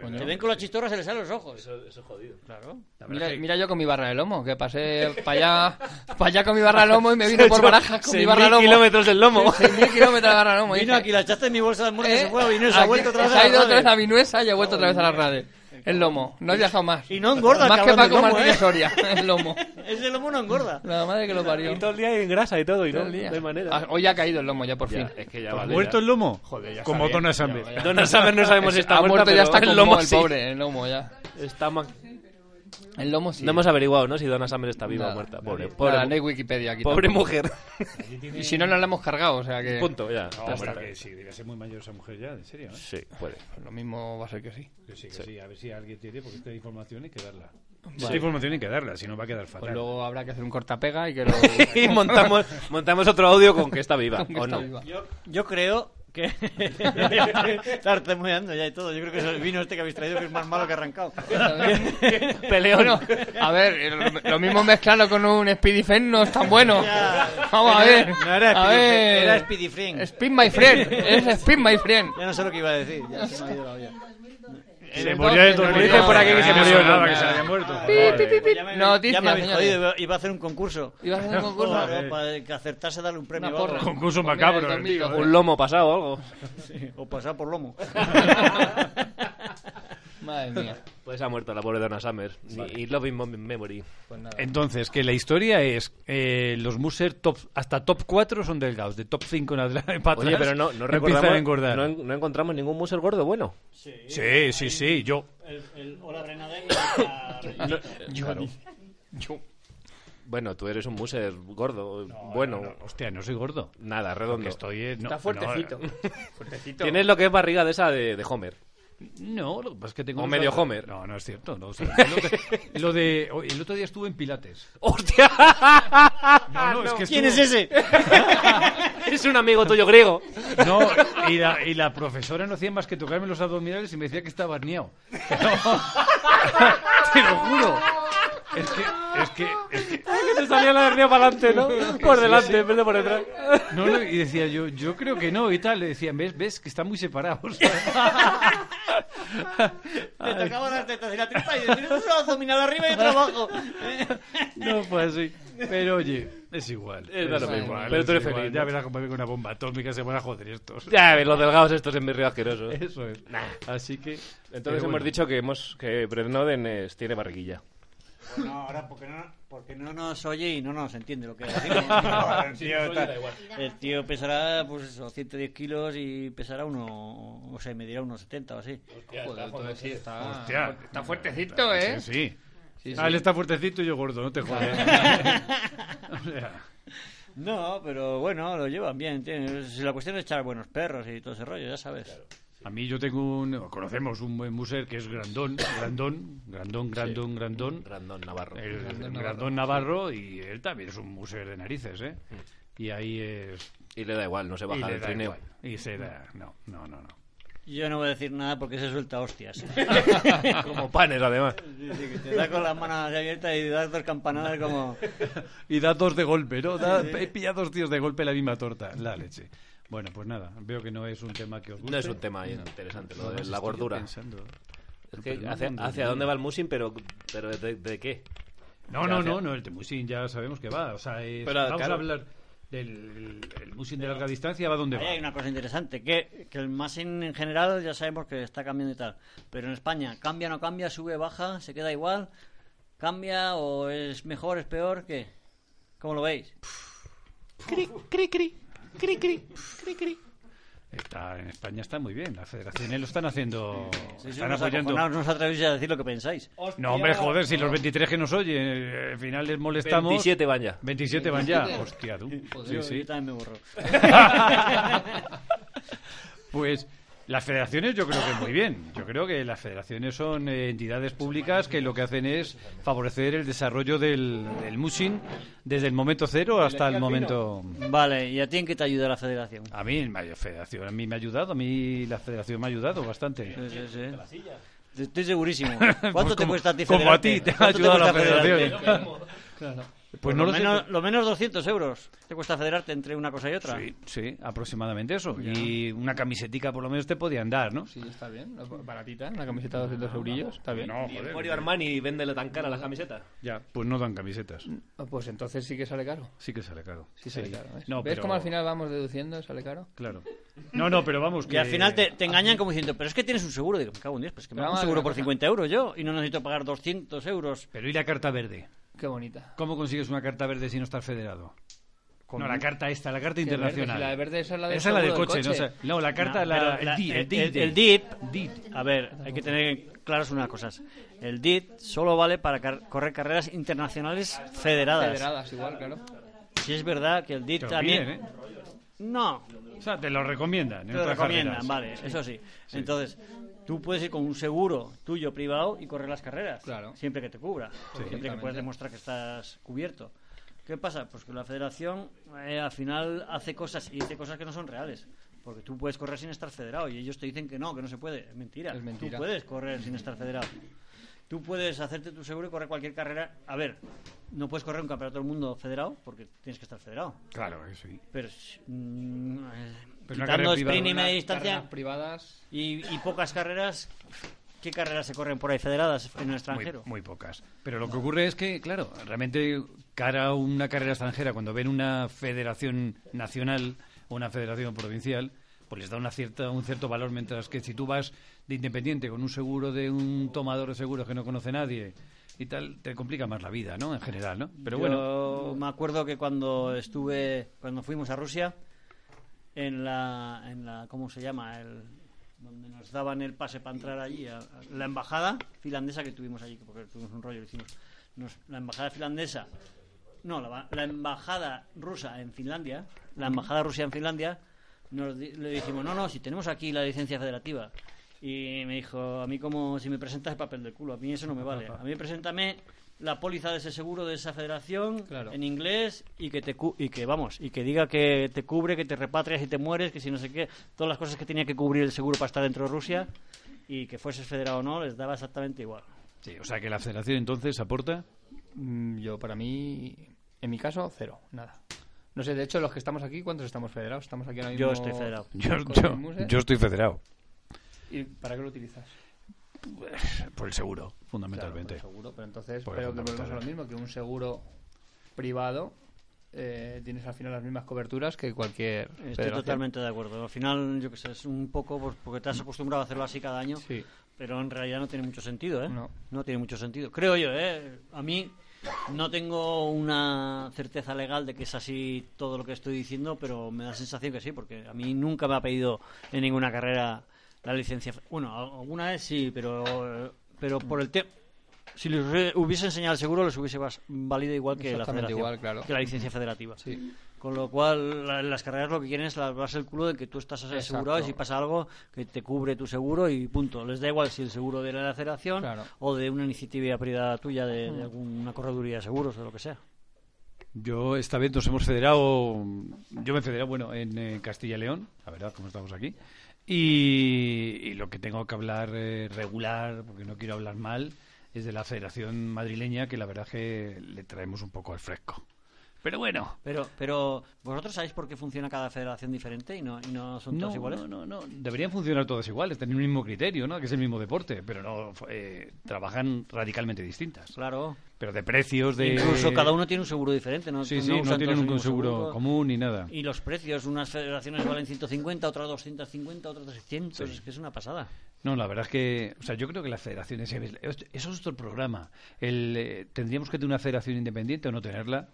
Coño. Te ven con la chistorra y se les salen los ojos. Eso, es jodido. Claro. Mira, mira yo con mi barra de lomo, que pasé para allá, pa' allá con mi barra de lomo y me vine por barajas con mi 6.000 barra de lomo. kilómetros del lomo. 6.000 kilómetros de barra de lomo. Vino dije, aquí, la echaste en mi bolsa de almuerzo, ¿eh? se fue, vino y se ha Aquí- vuelto otra vez. se ha a la ido otra vez radio. a Vinuesa y ha vuelto otra vez a la rade. El lomo, no he viajado más. Y no engorda, Más que cabrón, Paco el lomo, Martínez ¿eh? Soria, el lomo. Ese lomo no engorda. La madre que lo parió. Y todo el día en grasa y todo, y Todo no, el día. no hay manera. Ah, Hoy ha caído el lomo, ya por fin. Ya, es que ya vale. Pues ¿Muerto el lomo? Joder, ya Como sabía, Donna ya Sanders. vaya. ya. Donna Summer no sabemos si está ha muerta, muerto ya pero está el con lomo, el sí. pobre, el lomo ya. Está ma- El lomo sí. No hemos averiguado, ¿no? Si Donna Summer está viva Nada, o muerta. Pobre, Nada, pobre, no hay Wikipedia aquí. pobre tampoco. mujer. Y si no, no la hemos cargado, o sea que... Punto, ya. No, pero que sí, debe ser muy mayor esa mujer ya, en serio. ¿eh? Sí, puede. Lo mismo va a ser que sí. Que sí, que sí. A ver si alguien tiene, porque esta información hay que darla. Esta información hay que darla, si no va a quedar fatal. Pues luego habrá que hacer un cortapega y que lo... y montamos, montamos otro audio con que está viva, que ¿o está no? viva. Yo, yo creo que. Está artemudeando ya y todo. Yo creo que es el vino este que habéis traído que es más malo que arrancado. Peleón. Bueno, a ver, eh, lo mismo mezclarlo con un Speedy Fen no es tan bueno. Ya. Vamos a No ver. era- no era a Speedy Fen, ver. era Speedy Fring. Spin my friend. Es Spin my friend. Ya no sé lo que iba a decir. Ya se me ha ido la olla. Se murió de Nos dormir. dicen por aquí que Ah, se no murió. sonaba que Nada. se había muerto. Pi, pi, pi, pi. Ya me- Noticias, ya me habéis señores. jodido. Iba- Iba a hacer un concurso. Ibas a hacer un concurso. Para, para que acertase a darle un premio Una o algo. porra. Concurso Pues mira, macabro, el tío. 2002. Un lomo pasado o algo. Sí, o pasar por lomo. Madre mía. Pues ha muerto la pobre Donna Summer. Y Loving Mom in Memory. Entonces, que la historia es eh, los Muser top, hasta top 4 son delgados, de top 5 en adelante para Oye, atrás pero no, no empiezan recordamos. a engordar. No, en- no encontramos ningún muser gordo bueno. Sí, sí, sí, yo. El, el Hola Renadel y la No, claro. Bueno, tú eres un muser gordo. bueno, Hostia, no soy gordo. nada, redondo. Que estoy eh, no, Está fuertecito. No, fuertecito. Tienes lo que es barriga de esa de, de Homer. no, lo que pasa es que tengo. O los medio brazos- Homer. No, no es cierto. No, o sea, lo, de, lo de- o- El otro día estuve en Pilates. ¡Hostia! Ah, No, no, es que ¿Quién es estuvo- ese? es un amigo tuyo griego. No, y la, y la profesora no hacía más que tocarme los abdominales y me decía que estaba arneado. Te lo juro. Es que, es que, es que- que te salía la hernia para adelante, ¿no? Por delante, en vez de por detrás. No, no, y decía yo, yo creo que no, y tal. Le decía, ves, ves que están muy separados. Te tocaba las tetas y la tripa y decías, un abdominal arriba y otro abajo. No fue así. Pero oye, es igual. Es da lo mismo, pero es tú eres igual. feliz, Ya ¿no? verás cómo vengo una bomba atómica, se van a joder estos. Ya ves, los delgados estos en mi río asqueroso. ¿eh? Eso es. Así que. Entonces hemos dicho que hemos que Brennoden es- tiene barriguilla. No, ahora porque no, porque no nos oye y no nos entiende lo que decimos. el, tío está- el tío pesará pues eso, 110 kilos y pesará uno, o sea, medirá unos 70 o así. Joder, entonces sí, está, Hostia. está fuertecito, ¿eh? Sí, sí. Sí, sí. Ah, él está fuertecito y yo gordo, no te jodas. O sea, No, pero bueno, lo llevan bien. tienen- Si la cuestión es echar buenos perros y todo ese rollo, ya sabes. a mí yo tengo un. Conocemos un buen muser que es grandón, grandón, grandón, grandón, grandón. Brandon Navarro. El Grandón Navarro, y él también es un muser de narices, ¿eh? Y ahí es. Y le da igual, no se y baja le del da trineo. igual. Y se da. No, no, no. no. Yo no voy a decir nada porque se suelta hostias. Como panes, además. Dice que te da con las manos así abiertas y das dos campanadas como... Y da dos de golpe, ¿no? Da, he pillado dos tíos de golpe la misma torta. La leche. Bueno, pues nada, veo que no es un tema que os guste. No es un tema interesante, lo de Además, la estoy gordura. pensando. Es que Pero no hacia, entiendo. hacia dónde va el musing, pero, pero de, de qué? No, no, hacia- no, no, el de Musin ya sabemos que va. O sea, es- Pero, vamos claro. a hablar del el Musin de larga distancia, va donde Ahí hay va. una cosa interesante, que, que el Massing en general ya sabemos que está cambiando y tal, pero en España cambia, no cambia, sube, baja, se queda igual, cambia o es mejor, es peor, ¿qué? ¿Cómo lo veis? Está, en España está muy bien, las federaciones lo están haciendo. Sois están unos apoyando. acojonados, No os atrevéis a decir lo que pensáis. No, hombre, joder, si los 23 que nos oyen, eh, al final les molestamos. 27 van ya. 27 van ya. Hostia, tú. Sí, Yo- sí. yo también me borro. Pues las federaciones yo creo que muy bien. Yo creo que las federaciones son eh, entidades públicas que lo que hacen es favorecer el desarrollo del, del mushing desde el momento cero hasta el momento... Vale, ¿y a ti en qué te ayuda la federación? A mí, la federación, a mí me ha ayudado, a mí la federación me ha ayudado bastante. Sí, sí, sí. Estoy segurísimo. ¿Cuánto te Pues como- cuesta a ti Como a federarte? ti, te ha ¿Cuánto ayudado la cuesta federarte? federación. Pues no lo, lo sé. menos, lo menos 200 euros te cuesta federarte entre una cosa y otra. Sí, sí, aproximadamente eso. Y una camisetica por lo menos te podían dar, ¿no? Sí, está bien. ¿no? Baratita, una camiseta de 200 eurillos, está bien. No, joder. Mario Armani, véndele tan cara la camiseta. Ya, pues no dan camisetas. Ah, Pues entonces sí que sale caro. Sí que sale caro. Sí sale caro. ¿Ves, No, ¿Ves pero- cómo al final vamos deduciendo? ¿Sale caro? Claro. No, no, pero vamos que... Y al final te, te engañan como diciendo, pero es que tienes un seguro. Digo, me cago en Dios, pero es que me Pero hago un vamos a ver seguro una por cosa. 50 euros yo y no necesito pagar 200 euros. Pero ¿y la carta verde? Qué bonita. ¿Cómo consigues una carta verde si no estás federado? No, la carta esta, la carta Qué verde, internacional. si la verde esa es la del Esa es la del seguro coche, del No, coche. O sea, no, la carta, No, la, pero la- el DIT. El, el- DIT. el DIP. A ver, hay que tener claras unas cosas. El DIT solo vale para car- correr carreras internacionales federadas. Federadas igual, claro. Si es verdad que el DIT Te lo también... piden, ¿eh? No, O sea, te lo recomiendan. ¿eh? en te lo otras recomiendan, vale, carreras. eso sí. Entonces, tú puedes ir con un seguro tuyo privado y correr las carreras. Claro. Siempre que te cubra. siempre que puedas Exactamente. demostrar que estás cubierto. ¿Qué pasa? Pues que la federación eh, al final hace cosas y dice cosas que no son reales. Porque tú puedes correr sin estar federado y ellos te dicen que no, que no se puede. Es mentira. Es mentira. Tú puedes correr sin estar federado. Tú puedes hacerte tu seguro y correr cualquier carrera. A ver, no puedes correr un campeonato del mundo federado porque tienes que estar federado. Claro que sí. Pero mm, eh, Pero Pues una carrera quitando privada, sprint y una media Carreras distancia privadas. y, y pocas carreras, ¿qué carreras se corren por ahí federadas en el Muy, extranjero? muy pocas. Pero lo que ocurre es que, claro, realmente cara a una carrera extranjera, cuando ven una federación nacional o una federación provincial, pues les da una cierta, un cierto valor, mientras que si tú vas de independiente con un seguro de un tomador de seguros que no conoce nadie y tal, te complica más la vida, ¿no? En general, ¿no? Pero bueno, Yo me acuerdo que cuando estuve, cuando fuimos a Rusia, en la, en la ¿cómo se llama? El, donde nos daban el pase para entrar allí, a- a la embajada finlandesa que tuvimos allí, que porque tuvimos un rollo, lo hicimos. Nos- la embajada finlandesa, no, la, ba- la embajada rusa en Finlandia, la embajada rusa en Finlandia, nos di- le dijimos, no, no, si tenemos aquí la licencia federativa. Y me dijo, a mí como si me presentas el papel del culo, a mí eso no me vale. A mí preséntame la póliza de ese seguro de esa federación Claro. en inglés y que te cu- y que vamos y que diga que te cubre que te repatrias y te mueres que si no sé qué todas las cosas que tenía que cubrir el seguro para estar dentro de Rusia y que fueses federado o no les daba exactamente igual sí, o sea que la federación entonces aporta. Mm, Yo, para mí, en mi caso, cero, nada. No sé, de hecho, los que estamos aquí, ¿cuántos estamos federados? Estamos aquí ahora mismo. yo estoy federado Yo, con yo- Muse. yo estoy federado. ¿Y para qué lo utilizas? Por el seguro, Claro, por fundamentalmente. el seguro, pero entonces, Por el pero que volvemos a lo fundamental. mismo, que un seguro privado eh, tienes al final las mismas coberturas que cualquier. estoy federación. totalmente de acuerdo al final yo que sé es un poco pues, porque te has acostumbrado a hacerlo así cada año Sí. pero en realidad no tiene mucho sentido, ¿eh? No. tiene mucho sentido. Creo yo, ¿eh? A mí no tengo una certeza legal de que es así todo lo que estoy diciendo, pero me da la sensación que sí, porque a mí nunca me ha pedido en ninguna carrera la licencia. Bueno, a- alguna vez sí, pero, eh, pero por el tema. Si les re- hubiese enseñado el seguro, les hubiese vas- valido igual que la Exactamente federación, igual, claro. que la licencia federativa. Sí. Con lo cual, la- las carreras lo que quieren es lavarse el culo de que tú estás asegurado y Exacto. si pasa algo, que te cubre tu seguro y punto. Les da igual si el seguro de la federación Claro. o de una iniciativa privada tuya, de, de alguna correduría de seguros, de lo que sea. Yo esta vez nos hemos federado, yo me he federado, bueno, en eh, Castilla y León, la verdad, como estamos aquí, y, y lo que tengo que hablar eh, regular, porque no quiero hablar mal, es de la Federación Madrileña, que la verdad que le traemos un poco al fresco. Pero bueno, Pero, pero ¿vosotros sabéis por qué funciona cada federación diferente y no, y no son no, todos iguales? no, no, no, deberían funcionar todas iguales, tener el mismo criterio, ¿no? Que es el mismo deporte, pero no, eh, trabajan radicalmente distintas. Claro. Pero de precios, de... Incluso cada uno tiene un seguro diferente, ¿no? Sí, sí, usan no, todos tienen el un mismo seguro, común ni nada. Y los precios, unas federaciones valen 150, otras 250, otras 300. Es que es una pasada. No, la verdad es que, o sea, yo creo que las federaciones, eso es otro programa. El, eh, tendríamos que tener una federación independiente o no tenerla.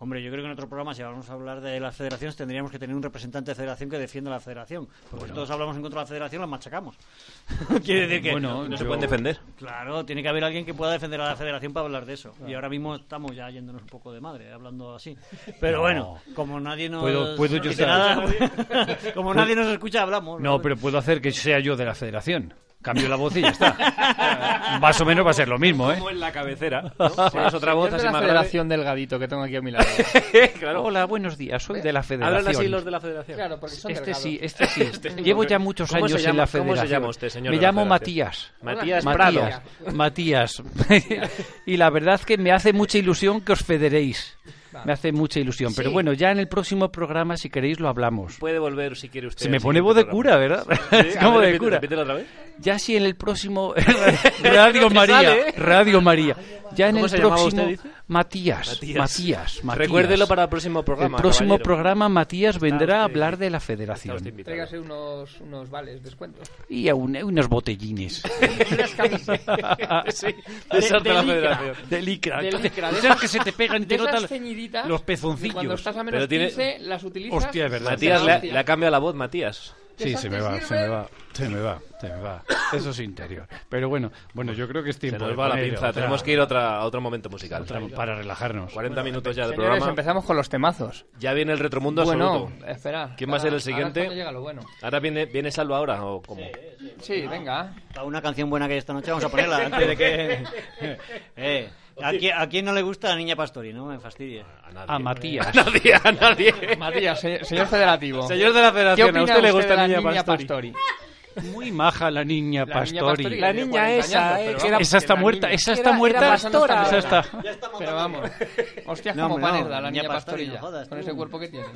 Hombre, yo creo que en otro programa, si vamos a hablar de las federaciones, tendríamos que tener un representante de federación que defienda la federación. Porque si todos hablamos en contra de la federación, la machacamos. Quiere decir que. Bueno, No se yo- pueden defender. Claro, tiene que haber alguien que pueda defender a la federación para hablar de eso. Y ahora mismo estamos ya yéndonos un poco de madre, hablando así. Pero No. bueno, como nadie nos. Puedo- puedo yo dice estar- nada, como nadie nos escucha, hablamos. No, pero puedo hacer que sea yo de la federación. Cambio la voz y ya está. Más o menos va a ser lo mismo, ¿eh? Como en la cabecera. ¿no? Pones otra voz Yo así de la más federación delgadito que tengo aquí a mi lado. grave. claro. Hola, buenos días, soy Oh, de la Hablan así federación. los de la federación. claro, porque son Este delgados. sí, este sí. Llevo ya muchos ¿Cómo se años en llama- la cómo se federación. llama usted, señor Me de la llamo federación? Matías. Matías Prado. Matías, Matías. y la verdad es que me hace mucha ilusión que os federéis. Me hace mucha ilusión. Pero bueno, ya en el próximo programa, si queréis, lo hablamos. Puede volver si quiere usted. Se me al pone Pues, siguiente voz de cura, programa. ¿verdad? Sí, Es a como ver, de repite- cura. Repítelo otra vez. Ya si en el próximo... Radio María. sale. ¿eh? Radio María. Ya en ¿Cómo el se llamaba próximo... usted, dice? Matías, Matías. Matías. Matías. Recuérdelo para el próximo programa. el próximo caballero. programa Matías vendrá a usted- hablar de la Está usted federación invitado. Tráigase unos, unos vales, descuento. y a un- unos botellines. Unas camisetas. De esas de licra. la federación. De De licra, licra. de Esas esas- que se te pegan y te De esas notan ceñiditas, los que Cuando pezoncillos. estás a Pero menos tiene- 15, las utilizas. Hostia, es verdad. Matías le, ha- Hostia. le ha cambiado la voz, Matías. Sí, se me va, Esas te se me sirven. va, se me va, se me va. Eso es interior. Pero bueno, bueno, yo creo que es Se tiempo. nos de va la poner pinza. otra- Tenemos que ir a otra, a otro momento musical. otra- para relajarnos. 40 minutos ya de Señores, programa. empezamos con los temazos. Ya viene el retromundo Bueno, absoluto. espera. ¿Quién va a ser el Ahora siguiente? es cuando llega lo bueno. Ahora viene, viene Salva ahora o cómo. Sí, venga. Para una canción buena que hay esta noche, vamos a ponerla antes de que. Eh, ¿a, quién, a quién no le gusta la niña Pastori? No me fastidie. A nadie. A Matías. A nadie, a nadie. Matías, se- señor federativo. Señor de la ¿Qué Federación, opina ¿a usted le gusta de la Niña niña Pastori? Pastori? Muy maja la niña La niña Pastori. Pastori, la niña Niña esa, esa, eh, pero que era- Esa está la muerta, niña. esa Era- está era muerta. bastante Esa tarde. está. Pero vamos. Hostias, No, como hombre, no, panela, la niña Pastori, niña pastorilla. no jodas, Con tú. ese cuerpo que tiene.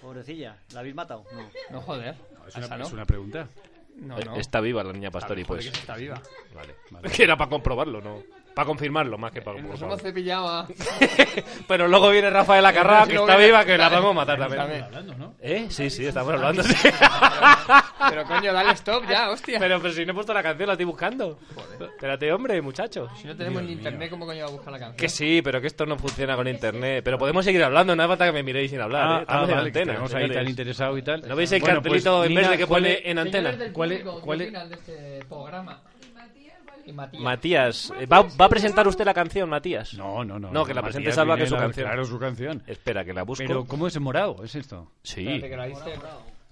Pobrecilla, ¿la habéis matado? No. No joder. Es esa una, no. es una pregunta. No, no. Está viva la Niña Pastori, Joder, pues. que Está viva. Vale. Que era para comprobarlo, ¿no? Para confirmarlo, más que para... Nos hemos cepillado a... Pero luego viene Ah, Rafael Acarrá, que Luego está viene- viva, que la podemos matar también. También. Hablando, ¿no? ¿Eh? Sí, sí, estamos hablando. sí. Pero coño, dale stop ya, hostia. Pero, pero si no he puesto la canción, la estoy buscando. Espérate, hombre, muchacho. Si no tenemos ni internet, ¿cómo coño va a buscar la canción? Que sí, pero que esto no funciona con internet. Pero podemos seguir hablando, no hace falta que me miréis sin hablar. ¿eh? Estamos en ah, vale, que antena. tenemos ahí señores. tan interesado y tal. ¿No veis el Bueno, pues, cartelito en vez Nina, de que ¿cuál pone es- en Señores antena? del ¿Cuál es- público, ¿qué cuál es- opinan de este programa? Y Matías. Matías, eh, ¿va, va a presentar usted la canción, Matías? No, no, no. No, que la presente Matías Salva, viene que es su la- canción. Claro, su canción. Espera, que la busco. Pero, ¿cómo es en morado? ¿Es esto? Sí. Espérate, que la viste.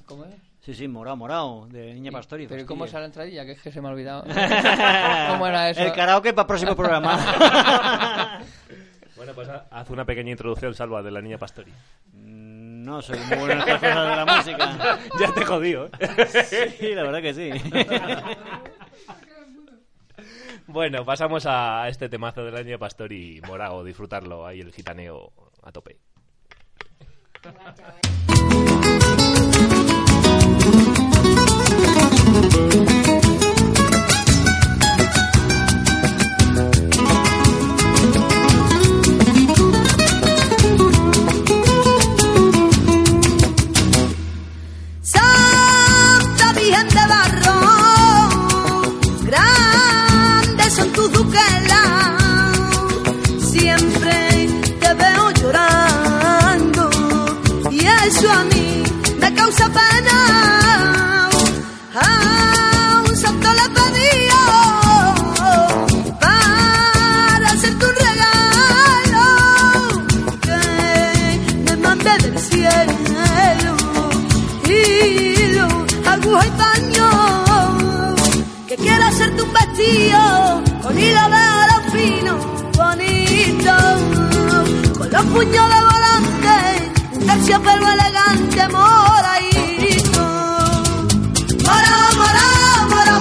¿Cómo es? Sí, sí, morao, morao, de Niña Pastori. Pero ¿y ¿cómo es fastidio. la entradilla? Que es que se me ha olvidado. ¿Cómo era eso? El karaoke para próximo programa. Bueno, pues ha- haz una pequeña introducción, Salva, de la niña Pastori. Mm, no soy muy bueno en estas cosas de la música. ya te jodido, ¿eh? Sí, la verdad que sí. Bueno, pasamos a este temazo del año Pastor y Morao, disfrutarlo ahí el gitaneo a tope. Santa Virgen de Barro, grandes son tus duquelas. Siempre te veo llorando y eso a mí me causa pena. A un santo le pedí para hacer tu regalo que me mande del cielo hilo, aguja y paño que quiero hacerte un vestido con hilo de oro fino bonito con los puños de volante un terciopelo elegante moradito morado, morado, morado, morado,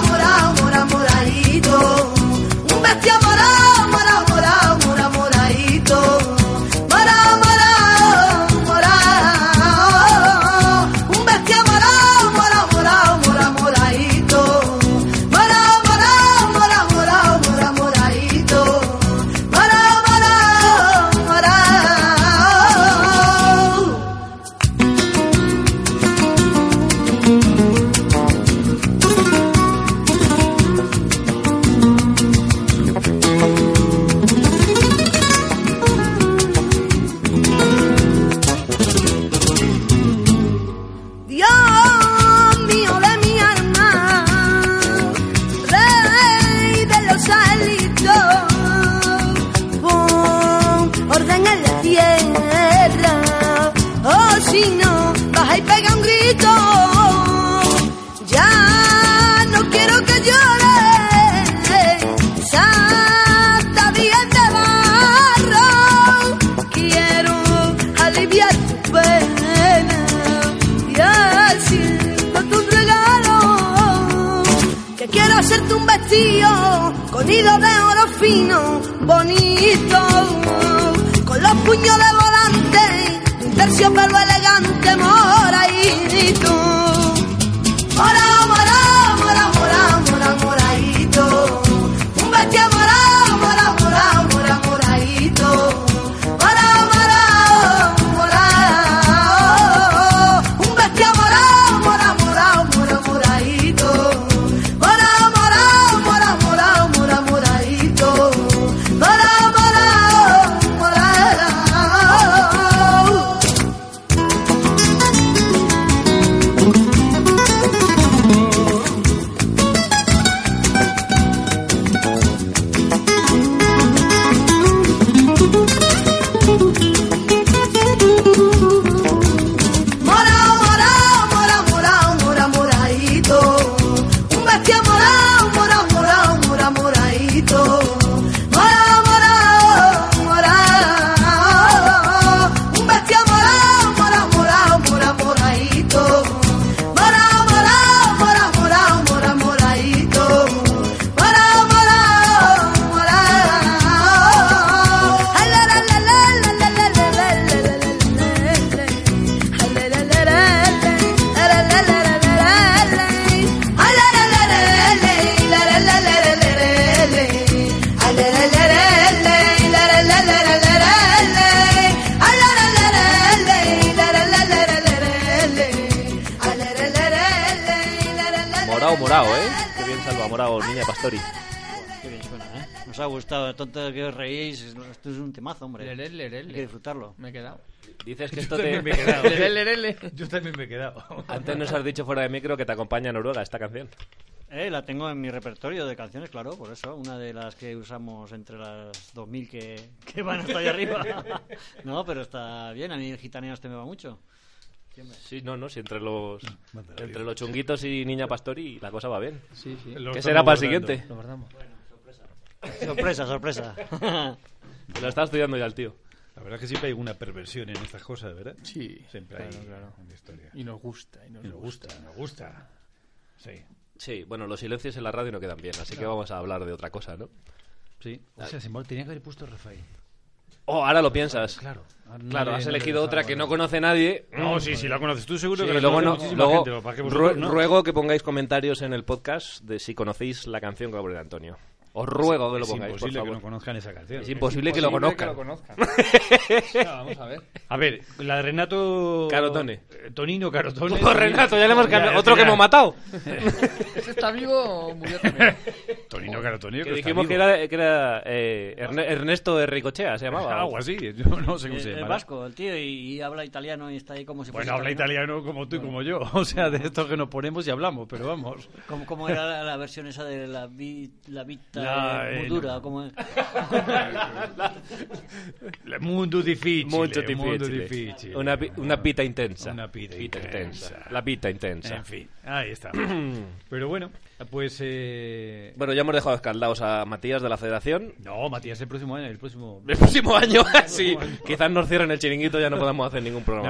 morado, moradito un vestido morado, morado, morado, morado, moradito morado, morado, morado un vestido morado, morado, morado, morado, moradito morado, morado, morado, morado, morado, moradito morado, morado, morado Dios mío de mi alma, rey de los alitos, pon orden en la tierra, o si no, baja y pega un grito, ya no quiero que llores, Santa Virgen de barro, quiero aliviar tu pena y haciendo tu regalo que quiero hacerte un vestido con hilo de oro fino bonito con los puños de volante un terciopelo elegante moradito morado, morado, morado, morado, morado, moradito un vestido morado, morado, morado, morado, moradito morado, morado, morado oh, un vestido morado, morado, morado, morado, moradito morado, morado, morado, morado, morado, moradito morado, oh, morado, morado Morado, Morado, Niña Pastori. Qué bien suena, ¿eh? Nos ha gustado, tonto que os reíis. Esto es un temazo, hombre. Lerele, lerele. Hay que disfrutarlo. Me he quedado. Dices que esto también me he te... quedado. Lerele, lerele. Yo también me he quedado. Antes nos has dicho fuera de micro que te acompaña a Noruega esta canción. Eh, la tengo en mi repertorio de canciones, claro, por eso. Una de las que usamos entre las 2000 que, que van hasta allá arriba. no, pero está bien. A mí el gitaneo este me va mucho. Sí, no, no, si entre los entre los chunguitos y Niña Pastori la cosa va bien. Pues Sí, sí. Lo ¿Qué estamos será para el guardando. siguiente? Lo guardamos. Sorpresa, sorpresa. Lo está estudiando ya el tío. La verdad es que siempre hay una perversión en estas cosas, ¿verdad? Sí. Siempre hay una historia. Y nos gusta. Y nos Y nos gusta. gusta, nos gusta. Sí. Sí, bueno, los silencios en la radio no quedan bien, así que vamos a hablar de otra cosa, ¿no? Sí. O sea, Simón tenía que haber puesto Rafael. Oh, ahora lo piensas. Claro. Ah, Claro, has elegido otra que no conoce nadie. No, sí, sí, la conoces tú seguro Sí, que la luego, conoce no- muchísima luego gente, lo que pasa es que vosotros rue- no. ruego que pongáis comentarios en el podcast de si conocéis la canción que va a poner Antonio. Os ruego que lo Es pongáis, por imposible que favor. no conozcan esa canción. Es imposible que lo conozcan. vamos a ver. A ver, la de Renato... Carotone. Eh, Tonino Carotone. Oh, Renato, ya le hemos cambiado. Ya, Otro que ya. hemos matado. ¿Ese está vivo o murió también? Tonino Carotone. yo Que creo está dijimos que vivo. era, que era, eh, Erne- Ernesto de Ricochea, se llamaba. Algo así, yo no sé cómo Es se llama. vasco, Eh, pues el tío, y, y habla italiano y está ahí como si fuese. Bueno, habla italiano como tú y como yo. O sea, de esto que nos ponemos y hablamos, pero vamos. ¿Cómo, cómo era la, la versión esa de la, vi- la vita La, eh, eh, mudura? no. ¿Cómo es? El mundo difícil. Mucho el mundo difícil. difícil. Una, pi- una pita intensa. Una pita intensa. La pita intensa. En fin, ahí está. pero bueno, pues... Eh... Bueno, ya hemos dejado escaldados a Matías de la Federación. No, Matías, el próximo año, el próximo... El próximo año, sí. Quizás nos cierren el chiringuito ya no podamos hacer ningún programa.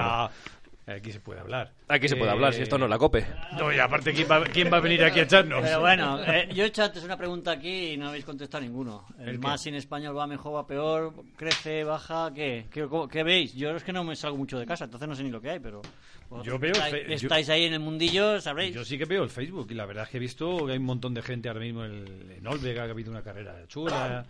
No, aquí se puede hablar. Aquí se puede hablar, Eh, si esto no es la cope. No, y aparte, ¿quién va, quién va a venir aquí a echarnos? Pero bueno, eh, yo he hecho antes una pregunta aquí y no habéis contestado ninguno. ¿El, ¿El qué? más en español va mejor, va peor? ¿Crece, baja? ¿Qué? ¿Qué, cómo- qué veis? Yo es que no me salgo mucho de casa, entonces no sé ni lo que hay, pero. vosotros Yo veo que Estáis, fe- que yo- estáis ahí en el mundillo, sabréis. Yo sí que veo el Facebook y la verdad es que he visto que hay un montón de gente ahora mismo en en Olvega, que ha habido una carrera chula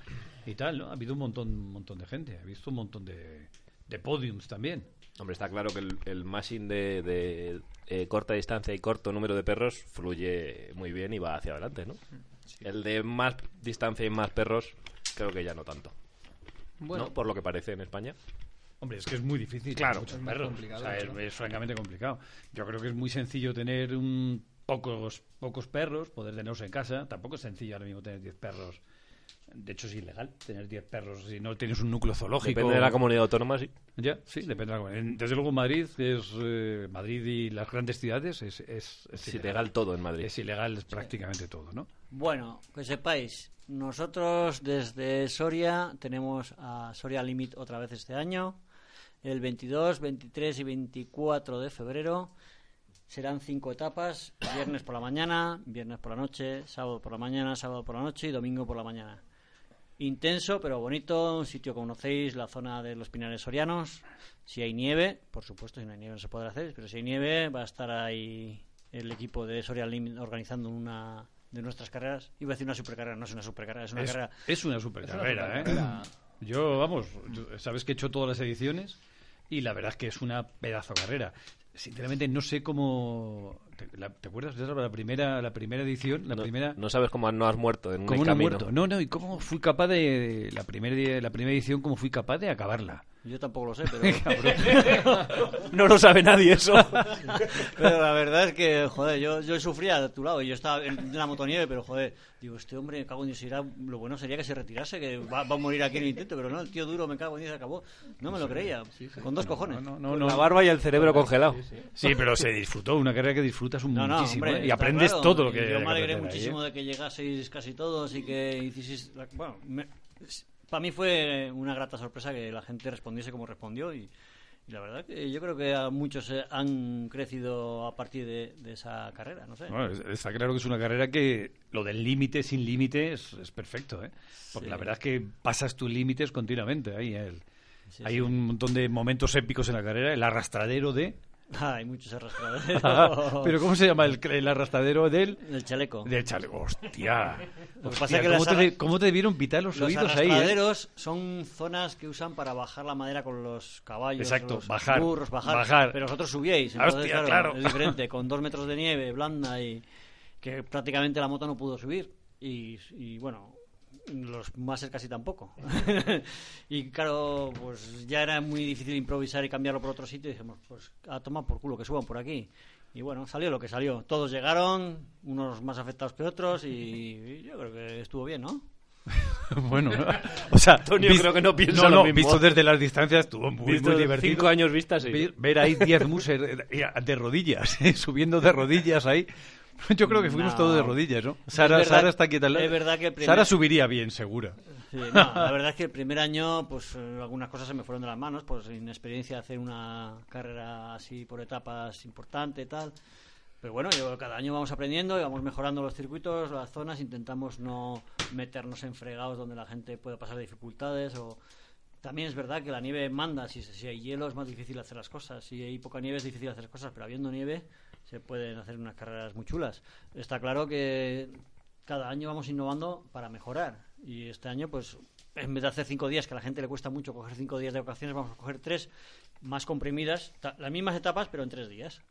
y tal, ¿no? Ha habido un montón, un montón de gente, he visto un montón de, de podiums también. Hombre, está claro que el, el mashing de, de, eh, corta distancia y corto número de perros fluye muy bien y va hacia adelante, ¿no? El de más distancia y más perros, creo que ya no tanto. Bueno, ¿no? pues, Por lo que parece en España. Hombre, es que es muy difícil. Claro. muchos Es muy perros. complicado, O sea, es, mucho. es francamente complicado. Yo creo que es muy sencillo tener un- pocos, pocos perros, poder tenerlos en casa. Tampoco es sencillo ahora mismo tener 10 perros. De hecho, es ilegal tener 10 perros si no tienes un núcleo zoológico. Depende de la comunidad autónoma, sí. Ya, sí, depende. de la comunidad. En- Desde luego Madrid es eh, Madrid y las grandes ciudades es, es, es Es ilegal todo en Madrid. Es ilegal prácticamente todo, ¿no? Bueno, que sepáis, nosotros desde Soria tenemos a Soria Limit otra vez este año, el 22, 23 y 24 de febrero. Serán cinco etapas, viernes por la mañana, viernes por la noche, sábado por la mañana, sábado por la noche y domingo por la mañana. Intenso pero bonito, un sitio que conocéis, la zona de los pinares sorianos. Si hay nieve, por supuesto, si no hay nieve no se podrá hacer, pero si hay nieve va a estar ahí el equipo de Soria Lim organizando una de nuestras carreras. Iba a decir una supercarrera, no es una supercarrera, es una Es, carrera. es una supercarrera, ¿eh? Yo, vamos, yo- sabes que he hecho todas las ediciones y la verdad es que es una pedazo de carrera. Sinceramente no sé cómo... ¿Te, la- te acuerdas de la primera, la primera edición? La No, primera... no sabes cómo no has muerto en ¿Cómo el no he camino. muerto? No, no, y cómo fui capaz de... La primera, la primera edición, cómo fui capaz de acabarla. Yo tampoco lo sé, pero, No lo sabe nadie eso. pero la verdad es que, joder, yo, yo sufría a tu lado y yo estaba en la motonieve, pero joder, digo, este hombre, me cago en Dios, irá- lo bueno sería que se retirase, que va, va a morir aquí en el intento, pero no, el tío duro, me cago en Dios, se acabó. No me lo creía, con dos cojones. No, no, no. La barba y el cerebro congelado. Sí, pero se disfrutó, una carrera que disfrutas un No, no, muchísimo hombre, ¿eh? y está aprendes claro. todo lo que... Y Yo hay que me alegré aprender ahí, muchísimo ¿eh? de que llegaseis casi todos y que hicieseis... la- Bueno, para mí fue una grata sorpresa que la gente respondiese como respondió y, y la verdad que yo creo que a muchos eh, han crecido a partir de, de esa carrera, no sé. Bueno, es- está claro que es una carrera que lo del límite sin límite es, es perfecto, ¿eh? Porque la verdad es que pasas tus límites continuamente. Ahí ¿eh? el- Sí, hay sí. un montón de momentos épicos en la carrera. El arrastradero de... Ah, hay muchos arrastraderos. ¿Pero cómo se llama el, el arrastradero del...? El chaleco. Del chaleco. ¡Hostia! Lo que pasa Hostia, es que ¿cómo, las te, arra- de- cómo te debieron pitar los, Los oídos ahí, eh? arrastraderos son zonas que usan para bajar la madera con los caballos, Exacto, los bajar, burros, bajar, bajar. Ah, Pero vosotros subíais, Hostia, entonces, claro, claro. es diferente, con dos metros de nieve blanda y, que prácticamente la moto no pudo subir. Y, y, bueno, los masers casi tampoco. y claro, pues ya era muy difícil improvisar y cambiarlo por otro sitio. Y dijimos, pues a tomar por culo, que suban por aquí. Y bueno, salió lo que salió. Todos llegaron, unos más afectados que otros, y yo creo que estuvo bien, ¿no? bueno, ¿no? o sea, Antonio creo que no piensa no, lo no, mismo. visto desde las distancias estuvo muy, Visto muy divertido. Cinco años vistas, sí. Ver, ver ahí 10 muses eh, de rodillas, eh, subiendo de rodillas ahí. Yo creo que fuimos No. todos de rodillas, ¿no? Sara, verdad- Sara está quieta. es verdad que el primer- Sara subiría bien, segura. Sí, no, la verdad es que el primer año, pues eh, algunas cosas se me fueron de las manos, pues sin experiencia de hacer una carrera así por etapas importante y tal. Pero bueno, yo, cada año vamos aprendiendo y vamos mejorando los circuitos, las zonas, intentamos no meternos en fregados donde la gente pueda pasar dificultades o... También es verdad que la nieve manda, si, si hay hielo es más difícil hacer las cosas, si hay poca nieve es difícil hacer las cosas, pero habiendo nieve se pueden hacer unas carreras muy chulas. Está claro que cada año vamos innovando para mejorar y este año pues en vez de hacer cinco días, que a la gente le cuesta mucho coger cinco días de vacaciones, vamos a coger tres más comprimidas, ta- las mismas etapas pero en tres días.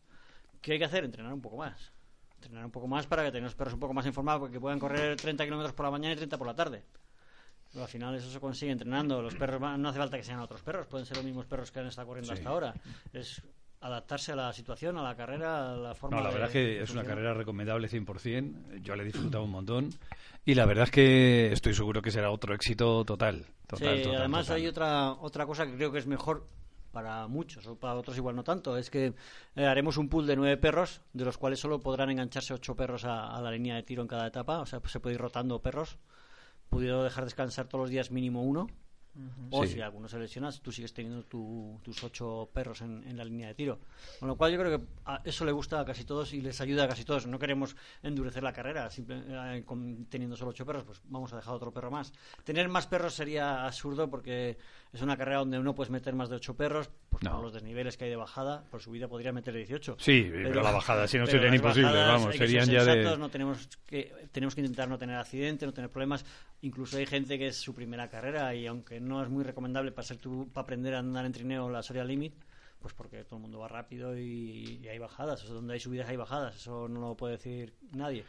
¿Qué hay que hacer? Entrenar un poco más. Entrenar un poco más para que tengan los perros un poco más informados, porque puedan correr 30 kilómetros por la mañana y 30 por la tarde. Pero al final eso se consigue entrenando. Los perros van- no hace falta que sean otros perros, pueden ser los mismos perros que han estado corriendo hasta ahora. Es adaptarse a la situación, a la carrera, a la forma. No, la de- verdad es que de es una funcionar. carrera recomendable 100%. Yo la he disfrutado un montón. Y la verdad es que estoy seguro que será otro éxito total. total, sí, total, además total. hay otra otra cosa que creo que es mejor para muchos o para otros igual no tanto es que eh, haremos un pool de nueve perros de los cuales solo podrán engancharse ocho perros a, a la línea de tiro en cada etapa o sea pues se puede ir rotando perros pudiendo dejar descansar todos los días mínimo uno o Sí. si alguno se lesiona tú sigues teniendo tu- tus ocho perros en, en la línea de tiro con lo cual yo creo que a- eso le gusta a casi todos y les ayuda a casi todos no queremos endurecer la carrera simple- eh, con- teniendo solo ocho perros pues vamos a dejar otro perro más tener más perros sería absurdo porque es una carrera donde no puedes meter más de ocho perros pues, No. por los desniveles que hay de bajada por subida podría meter 18 Sí, pero la bajada sí no pero serían las imposibles, bajadas vamos, hay que serían ser ya de- sensatos, no tenemos que tenemos que intentar no tener accidentes, no tener problemas. Incluso hay gente que es su primera carrera y aunque no es muy recomendable para ser tú para aprender a andar en trineo la Soria Limit, pues porque todo el mundo va rápido y, y hay bajadas, o sea, donde hay subidas hay bajadas, eso no lo puede decir nadie.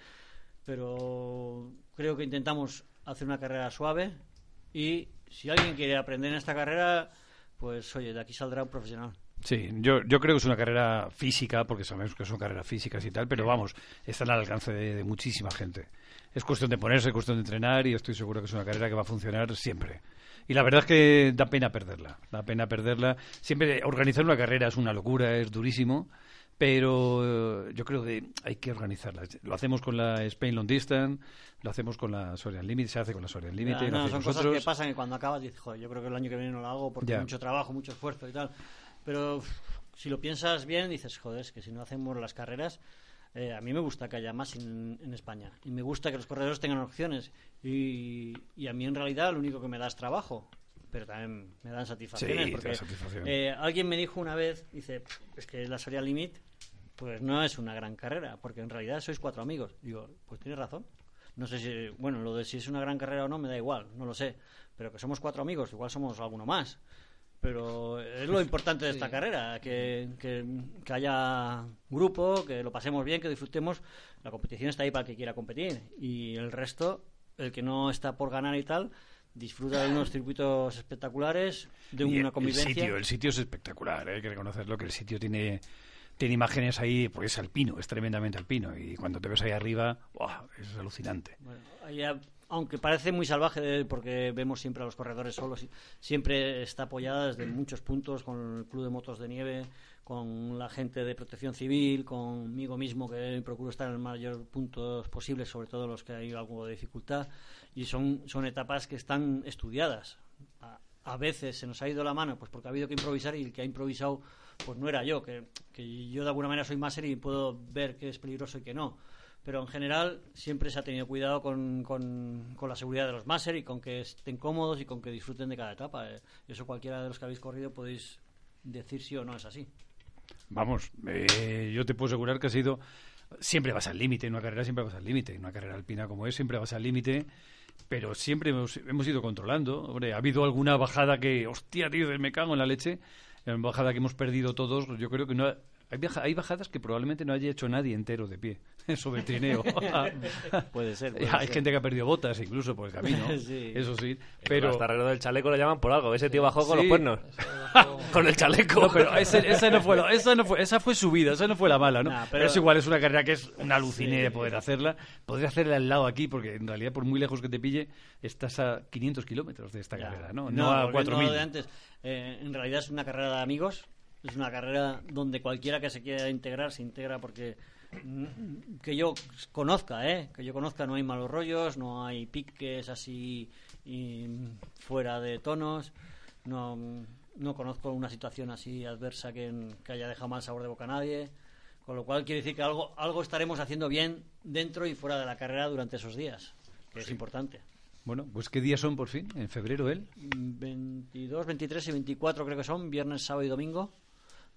Pero creo que intentamos hacer una carrera suave y si alguien quiere aprender en esta carrera, pues oye, de aquí saldrá un profesional. Sí, yo, yo creo que es una carrera física, porque sabemos que son carreras físicas y tal, pero vamos, están al alcance de, de muchísima gente. Es cuestión de ponerse, es cuestión de entrenar y estoy seguro que es una carrera que va a funcionar siempre. Y la verdad es que da pena perderla, da pena perderla. Siempre organizar una carrera es una locura, es durísimo, pero eh, yo creo que hay que organizarla. Lo hacemos con la Spain Long Distance, lo hacemos con la Soria Limit, se hace con la Soria Limit. Ah, no, son cosas que pasan y cuando acabas dices, joder, yo creo que el año que viene no lo hago porque Ya. mucho trabajo, mucho esfuerzo y tal. Pero uf, si lo piensas bien, dices, joder, es que si no hacemos las carreras, eh, a mí me gusta que haya más en, en España. Y me gusta que los corredores tengan opciones. Y, y a mí en realidad lo único que me da es trabajo. Pero también me dan satisfacciones. Sí, te porque, da satisfacción. eh, alguien me dijo una vez, dice, es que la Soria Limit, pues no es una gran carrera, porque en realidad sois cuatro amigos. Digo, pues tienes razón. No sé si, bueno, lo de si es una gran carrera o no me da igual, no lo sé. Pero que somos cuatro amigos, igual somos alguno más. Pero es lo importante de esta carrera, que, que, que haya grupo, que lo pasemos bien, que disfrutemos. La competición está ahí para el que quiera competir. Y el resto, el que no está por ganar y tal, disfruta de unos circuitos espectaculares, de Y una el- el convivencia. sitio, el sitio es espectacular, ¿eh? hay que reconocerlo, que el sitio tiene, tiene imágenes ahí, pues alpino, es tremendamente alpino. Y cuando te ves ahí arriba, ¡buah! es alucinante. Bueno, ahí ha- aunque parece muy salvaje eh, porque vemos siempre a los corredores solos, y siempre está apoyada desde muchos puntos con el Club de Motos de Nieve, con la gente de Protección Civil, conmigo mismo que procuro estar en el mayor puntos posible, sobre todo los que hay algo de dificultad y son son etapas que están estudiadas. A- a veces se nos ha ido la mano, pues porque ha habido que improvisar y el que ha improvisado pues no era yo, que, que yo de alguna manera soy más serio y puedo ver qué es peligroso y qué no. Pero en general siempre se ha tenido cuidado con, con- con la seguridad de los máster y con que estén cómodos y con que disfruten de cada etapa. eh. Eso cualquiera de los que habéis corrido podéis decir sí o no es así. Vamos, eh, yo te puedo asegurar que ha sido. Siempre vas al límite, en una carrera siempre vas al límite, en una carrera alpina como es, siempre vas al límite, pero siempre hemos, hemos ido controlando. Hombre, ha habido alguna eh, bajada que, hostia, tío, me cago en la leche, en bajada que hemos perdido todos, yo creo que no ha, Hay, viaja- hay bajadas que probablemente no haya hecho nadie entero de pie, sobre el trineo. Puede ser, puede hay ser. gente que ha perdido botas incluso por el camino, Sí. eso sí. Pero Pero, hasta alrededor del chaleco lo llaman por algo. Ese tío bajó con Sí. los cuernos. con el chaleco. No, pero ese- esa, no fue, la- esa, no fue, esa fue su vida, esa no fue la mala, ¿no? Nah, pero pero- es igual, es una carrera que es una alucine de poder hacerla. Podría hacerla al lado aquí, porque en realidad, por muy lejos que te pille, estás a 500 kilómetros de esta Ya. carrera, ¿no? No, a volviendo 4.000. de antes, eh, en realidad es una carrera de amigos, es una carrera donde cualquiera que se quiera integrar se integra porque mm, que yo conozca, ¿eh? que yo conozca, no hay malos rollos, no hay piques así y, mm, fuera de tonos, no, no conozco una situación así adversa que, en- que haya dejado mal sabor de boca a nadie, con lo cual quiere decir que algo, algo estaremos haciendo bien dentro y fuera de la carrera durante esos días, que es importante. Bueno, pues ¿qué días son por fin? ¿En febrero él? 22, 23 y 24 creo que son, viernes, sábado y domingo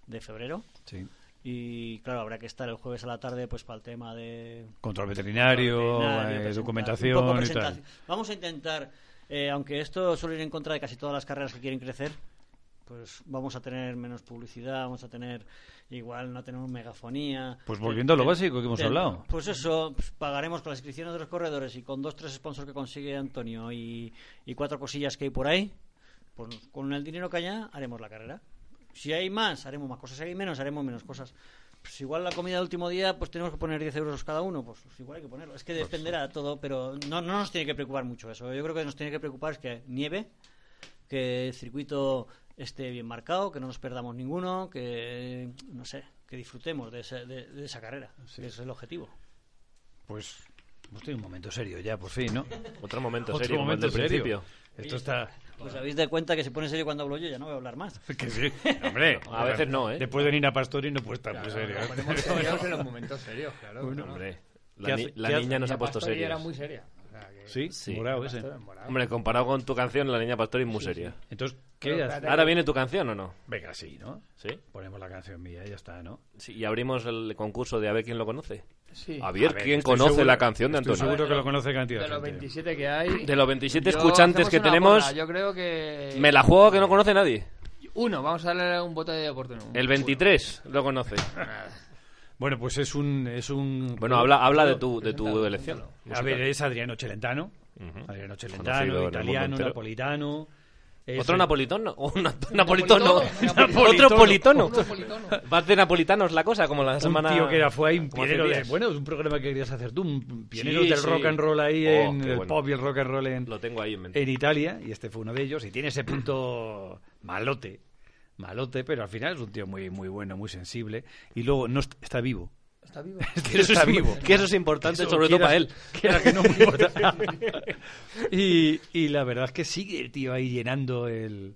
de febrero. Sí. Y claro, habrá que estar el jueves a la tarde pues para el tema de... Control veterinario, veterinario, eh, presentar- documentación un poco y tal. presentación. Vamos a intentar, eh, aunque esto suele ir en contra de casi todas las carreras que quieren crecer, pues vamos a tener menos publicidad, vamos a tener, igual no tenemos megafonía. Pues volviendo a lo básico que hemos Ten- hablado. Pues eso, pues pagaremos con las inscripciones de los corredores y con dos, tres sponsors que consigue Antonio y, y cuatro cosillas que hay por ahí, pues con el dinero que haya haremos la carrera. Si hay más, haremos más cosas. Si hay menos, haremos menos cosas. Pues igual la comida del último día, pues tenemos que poner 10 euros cada uno. Pues igual hay que ponerlo. Es que Pues dependerá todo, pero no, no nos tiene que preocupar mucho eso. Yo creo que nos tiene que preocupar es que nieve, que el circuito esté bien marcado, que no nos perdamos ninguno, que no sé, que disfrutemos de, esa- de- de esa carrera, que es el objetivo. Pues hemos tenido un momento serio ya, por fin, ¿no? Otro momento Otro serio, como el momento del serio. principio. Esto está... Pues habéis de cuenta que se pone serio cuando hablo yo, ya no voy a hablar más. que sí, hombre. A veces no, ¿eh? Después de Nina Pastori no puede estar muy serio. ¿eh? en los momentos serios, claro. Hombre, ¿Qué la, hace- ni- la qué hace? niña nos La ha puesto Pastori seria. era muy seria. o sea, que- Sí, Sí. morado ese. morado. Hombre, comparado con tu canción, la niña Pastori es muy seria. Entonces, ¿qué Pero, hace? espérate. ¿Ahora viene tu canción o no? Venga, sí, ¿no? Sí. Ponemos la canción mía y ya está, ¿no? Sí, y abrimos el concurso de a ver quién lo conoce. Sí. A ver A ver, quién estoy conoce seguro- la canción de estoy Antonio. seguro que lo conoce cantidad De de los gente. 27 que hay. De los 27 yo- escuchantes hacemos que una tenemos, porra, Yo creo que. Me la juego que no conoce nadie. Uno, vamos a darle un voto de oportunidad. El 23 lo conoce. Bueno, pues es un... Es un Bueno, habla, habla de tu, de tu Preséntalo, elección. A ver, es Adriano Celentano. Adriano Celentano, Conocido en el mundo italiano, entero. napolitano. es- ¿Otro napolitano? ¿O un nat- napolitano? Napolitano. ¿Otro politono? Napolitano. Va de napolitanos la cosa, como la semana... Un tío que era, fue ahí un como hace pionero de, días. bueno, es un programa que querías hacer tú, un pionero Sí, del sí. rock and roll ahí Oh, en qué el bueno. pop y el rock and roll en, Lo tengo ahí en mente. en Italia y este fue uno de ellos y tiene ese punto malote, malote, pero al final es un tío muy muy bueno, muy sensible y luego no est- está vivo. Está vivo. Que eso está vivo. Que eso es importante, Eso, sobre todo quieras- para él. quiera que no me importa. y, y la verdad es que sigue el tío ahí llenando el,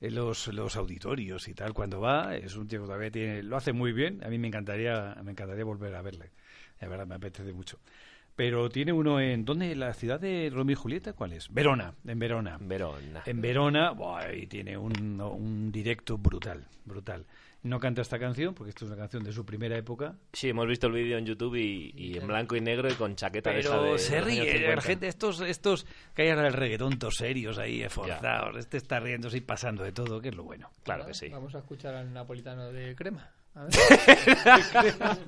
el- los, los auditorios y tal cuando va. Es un tío que todavía tiene, lo hace muy bien. A mí me encantaría, me encantaría volver a verle. La verdad, me apetece mucho. Pero tiene uno en. ¿Dónde? ¿La ciudad de Romeo y Julieta? ¿Cuál es? Verona, en Verona. Verona. En Verona, buah, ahí tiene un, un directo brutal, brutal. No canta esta canción, porque esto es una canción de su primera época, Sí, hemos visto el vídeo en YouTube y, y en blanco y negro y con chaqueta de esa Pero de se los años ríe, 50. la gente, estos, estos que hay ahora el reggaetón, todos serios ahí, eh, forzados. Este está riéndose y pasando de todo, que es lo bueno. Claro que Este, sí. Vamos a escuchar al napolitano de crema. A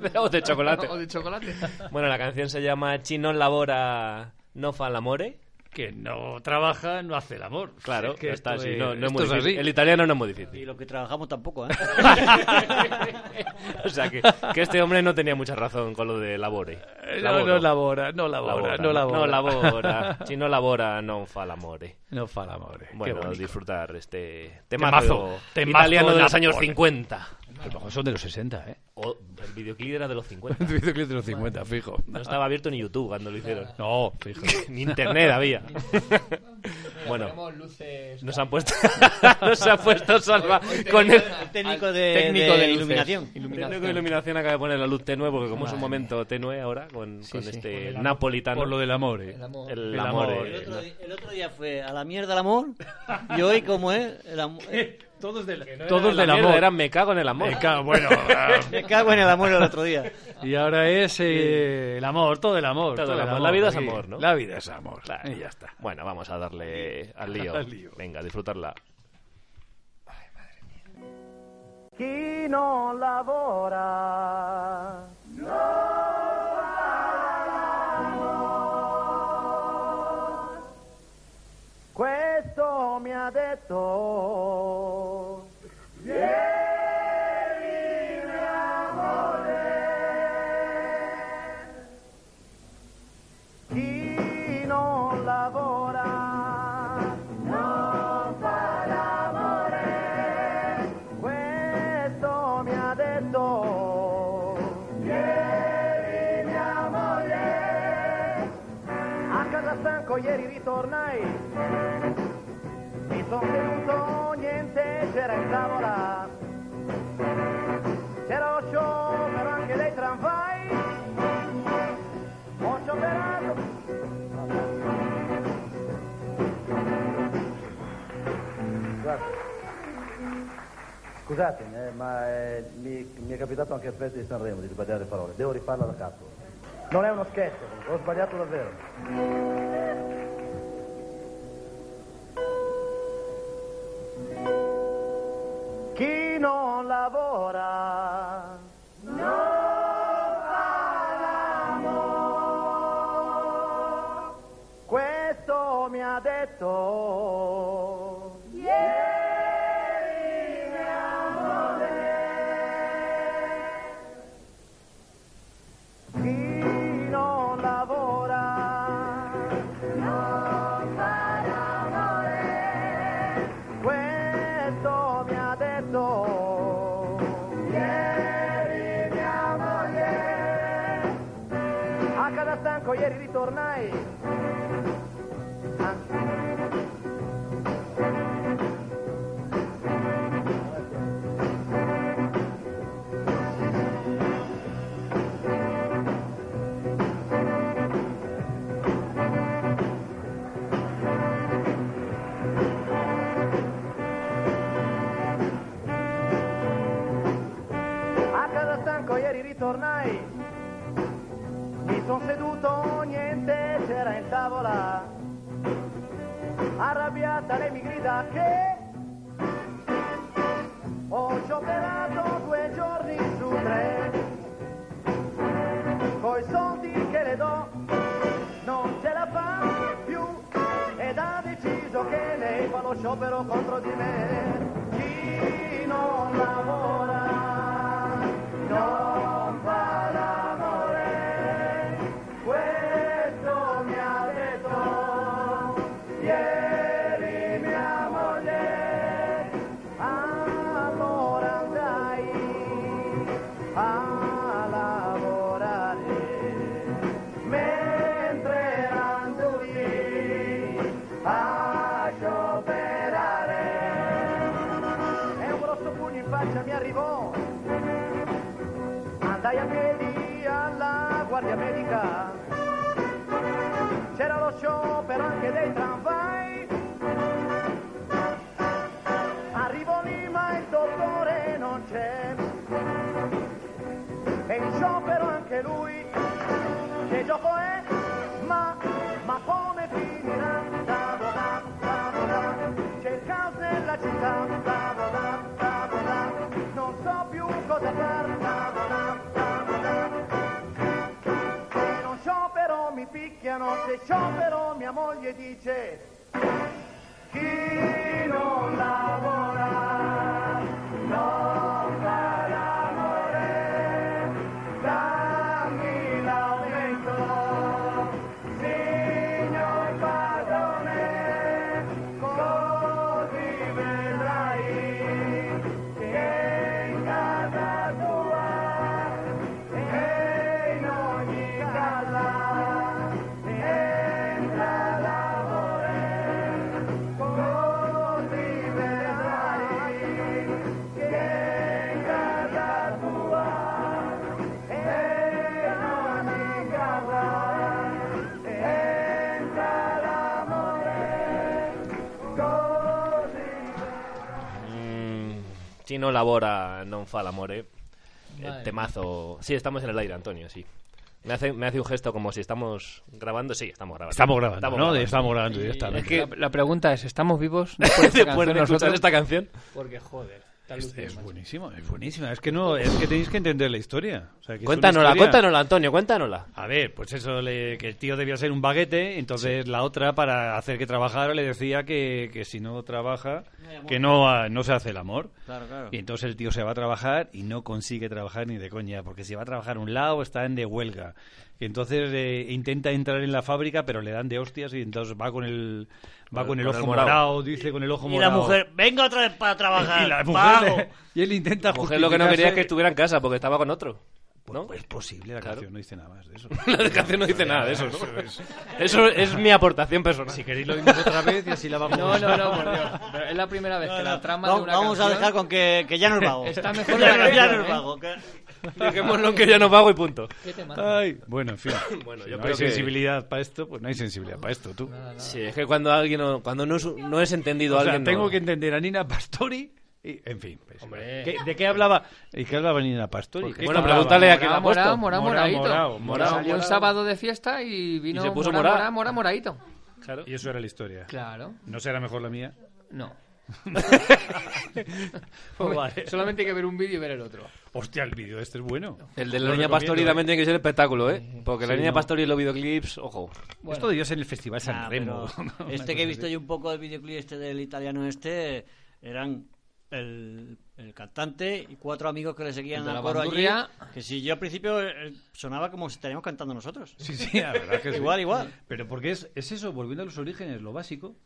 ver. o de chocolate. O de chocolate. Bueno, la canción se llama Chino Labora No Fa l'amore. Que no trabaja, no hace el amor. Claro, Es que no está esto así. es- no, no es esto muy es difícil. así. El italiano no es muy Y difícil. lo que trabajamos tampoco, ¿eh? o sea que, que este hombre no tenía mucha razón con lo de labore. Eh, No, Laboro. no labora, no labora, Labora, no labora. No labora. Si no labora, non fa l'amore. No fa el amor. Bueno, disfrutar este Temazo, temazo, temazo italiano de los años Napoli. 50. A lo mejor son de los 60, ¿eh? O- el videoclip era de los 50. Dice que es de los 50, fijo. No estaba abierto en YouTube cuando lo hicieron. No, fijo. Ni internet había. Bueno. Tenemos luces. Nos han puesto, nos han puesto salva Hoy- hoy tenemos con técnico al el de- técnico de de luces. iluminación. Iluminación. Técnico de iluminación acaba de poner la luz tenue porque como es un Madre momento tenue ahora con, Sí, con sí. este Con el napolitano Por lo del amor, ¿eh? El amor. el, el amor, amor. El eh, otro, di- el otro día fue a la mierda el amor y hoy, como es, el eh, amor. Todos del, todos del amor eran me cago en el amor Me cago- Bueno, ah, Me cago en el amor el otro día. Y ahora es eh, el amor, todo el amor. Todo el amor. La vida es sí. amor, ¿no? La vida es amor. Y ya está. bueno vamos a darle al lío, Al lío. venga disfrutarla Chi non lavora Questo mi ha detto. Vieni, amore. Chi non lavora non farà amore. Questo mi ha detto. Vieni, mia amore. A casa stanco ieri ritornai mi son tenuto niente, c'era in tavola. C'era lo sciopero anche dei tramvai. Ho scioperato. Guarda. Scusatemi, eh, ma eh, mi, mi è capitato anche al Festival di Sanremo di sbagliare le parole. Devo rifarla da capo. Non è uno scherzo, ho sbagliato davvero. Chi non lavora non fa l'amor. Questo mi ha detto. Ieri, mia amore. Chi non lavora non fa l'amore. Questo mi ha detto ieri mia moglie. A casa stanco ieri ritornai. Ah. A casa stanco ieri ritornai, mi son seduto, niente c'era in tavola. Arrabbiata lei mi grida che ho scioperato due giorni su tre. Coi soldi che le do non ce la fa più ed ha deciso che lei fa lo sciopero contro di me. Chi non lavora non fa l'amore, questo mi ha detto ieri mia moglie. Allora andai a lavorare mentre ando lì a scioperare e un grosso pugno in faccia mi arrivò andai a piedi alla guardia medica c'era lo sciopero anche dei tramvai arrivo lì ma il dottore non c'è e in sciopero anche lui che gioco è? Ma, ma come finirà? Da da da da da da. C'è il caos nella città. Da da da da da da. Non so più cosa far. Da da da da da da. Se non sciopero mi picchiano, se sciopero mia moglie dice chi non lavora non fa l'amore dammi l'aumento signor padrone così vedrai che in casa tua e in ogni casa entra l'amore così vedrai che in casa tua e ogni casa entra l'amore così Mm, si no labora, non fa l'amore. Vale. Temazo. Sí, estamos en el aire, Antonio, sí. Me hace, me hace un gesto como si estamos grabando. Sí, estamos grabando. Estamos grabando, ¿no? grabando. Estamos grabando Y directamente. es que la pregunta es, ¿estamos vivos después de esta Después canción de escuchar Este nosotros? esta canción. Porque joder. Está Es, Lucía es Macho. buenísima, es buenísima. Es que no, es que tenéis que entender la historia. O sea, que es una Cuéntanosla, historia- cuéntanosla, Antonio, cuéntanosla. A ver, pues eso, le- que el tío debía ser un baguete, entonces la otra, para hacer que trabajara, le decía que, que si no trabaja, No hay amor. que no, ah, no se hace el amor. Claro, claro. Y entonces el tío se va a trabajar y no consigue trabajar ni de coña, porque si va a trabajar a un lado están de huelga. Y entonces eh, intenta entrar en la fábrica, pero le dan de hostias y entonces va con el va con el con el ojo morao. morado, dice con el ojo Y la morado. mujer, venga otra vez para trabajar. Y la mujer vago". le- y él intenta La mujer lo que no quería es que justificarse. estuviera en casa porque estaba con otro. ¿No? Pues es posible, la Claro. canción no dice nada más de eso. La dedicación no dice nada de eso, ¿no? Eso es mi aportación personal. Si queréis lo vimos otra vez y así la vamos No, no, no, por Dios. Pero es la primera vez que la trama Va- de una vamos a canción- dejar con que, que ya nos vago. Está mejor ya, la no- ya canción, nos ¿eh? vago. que- Dejémoslo que ya no pago y punto. ¿Qué te manda? Ay, bueno, en fin. Bueno, si yo no creo hay que- sensibilidad para esto, pues no hay sensibilidad para esto, tú. Sí, es que cuando alguien no, cuando no es, no es entendido O sea, alguien. no- tengo que entender a Nina Pastori. y- en fin. pues, Hombre. ¿qué- ¿De qué hablaba? ¿De qué hablaba Nina Pastori? Porque- ¿Qué bueno, hablaba? pregúntale a quien la ha puesto. morado, morado, Morao, moradito. morao, morao, Salió un morao. sábado de fiesta y vino Y se puso morado, morado, morado. morado, moradito. Claro. Y eso era la historia. Claro, ¿No será mejor la mía? no. Pues vale. Solamente hay que ver un vídeo y ver el otro. Hostia, el vídeo este es bueno. El de la Lo niña recomiendo, Pastori ¿eh? también tiene que ser espectáculo, ¿eh? Porque la Sí, niña no. Pues Pastori y los videoclips, ojo. Bueno. Esto debió ser en el Festival Nah, San pero Remo. Una este que he cosa visto yo un poco del videoclip este del italiano este, eran el, el cantante y cuatro amigos que le El seguían de al la coro allí. bandurria. Que si yo al principio eh, eh, sonaba como si estaríamos cantando nosotros. así. Sí, sí, la verdad que sí. Igual, igual. Pero porque es, es eso, volviendo a los orígenes, lo básico.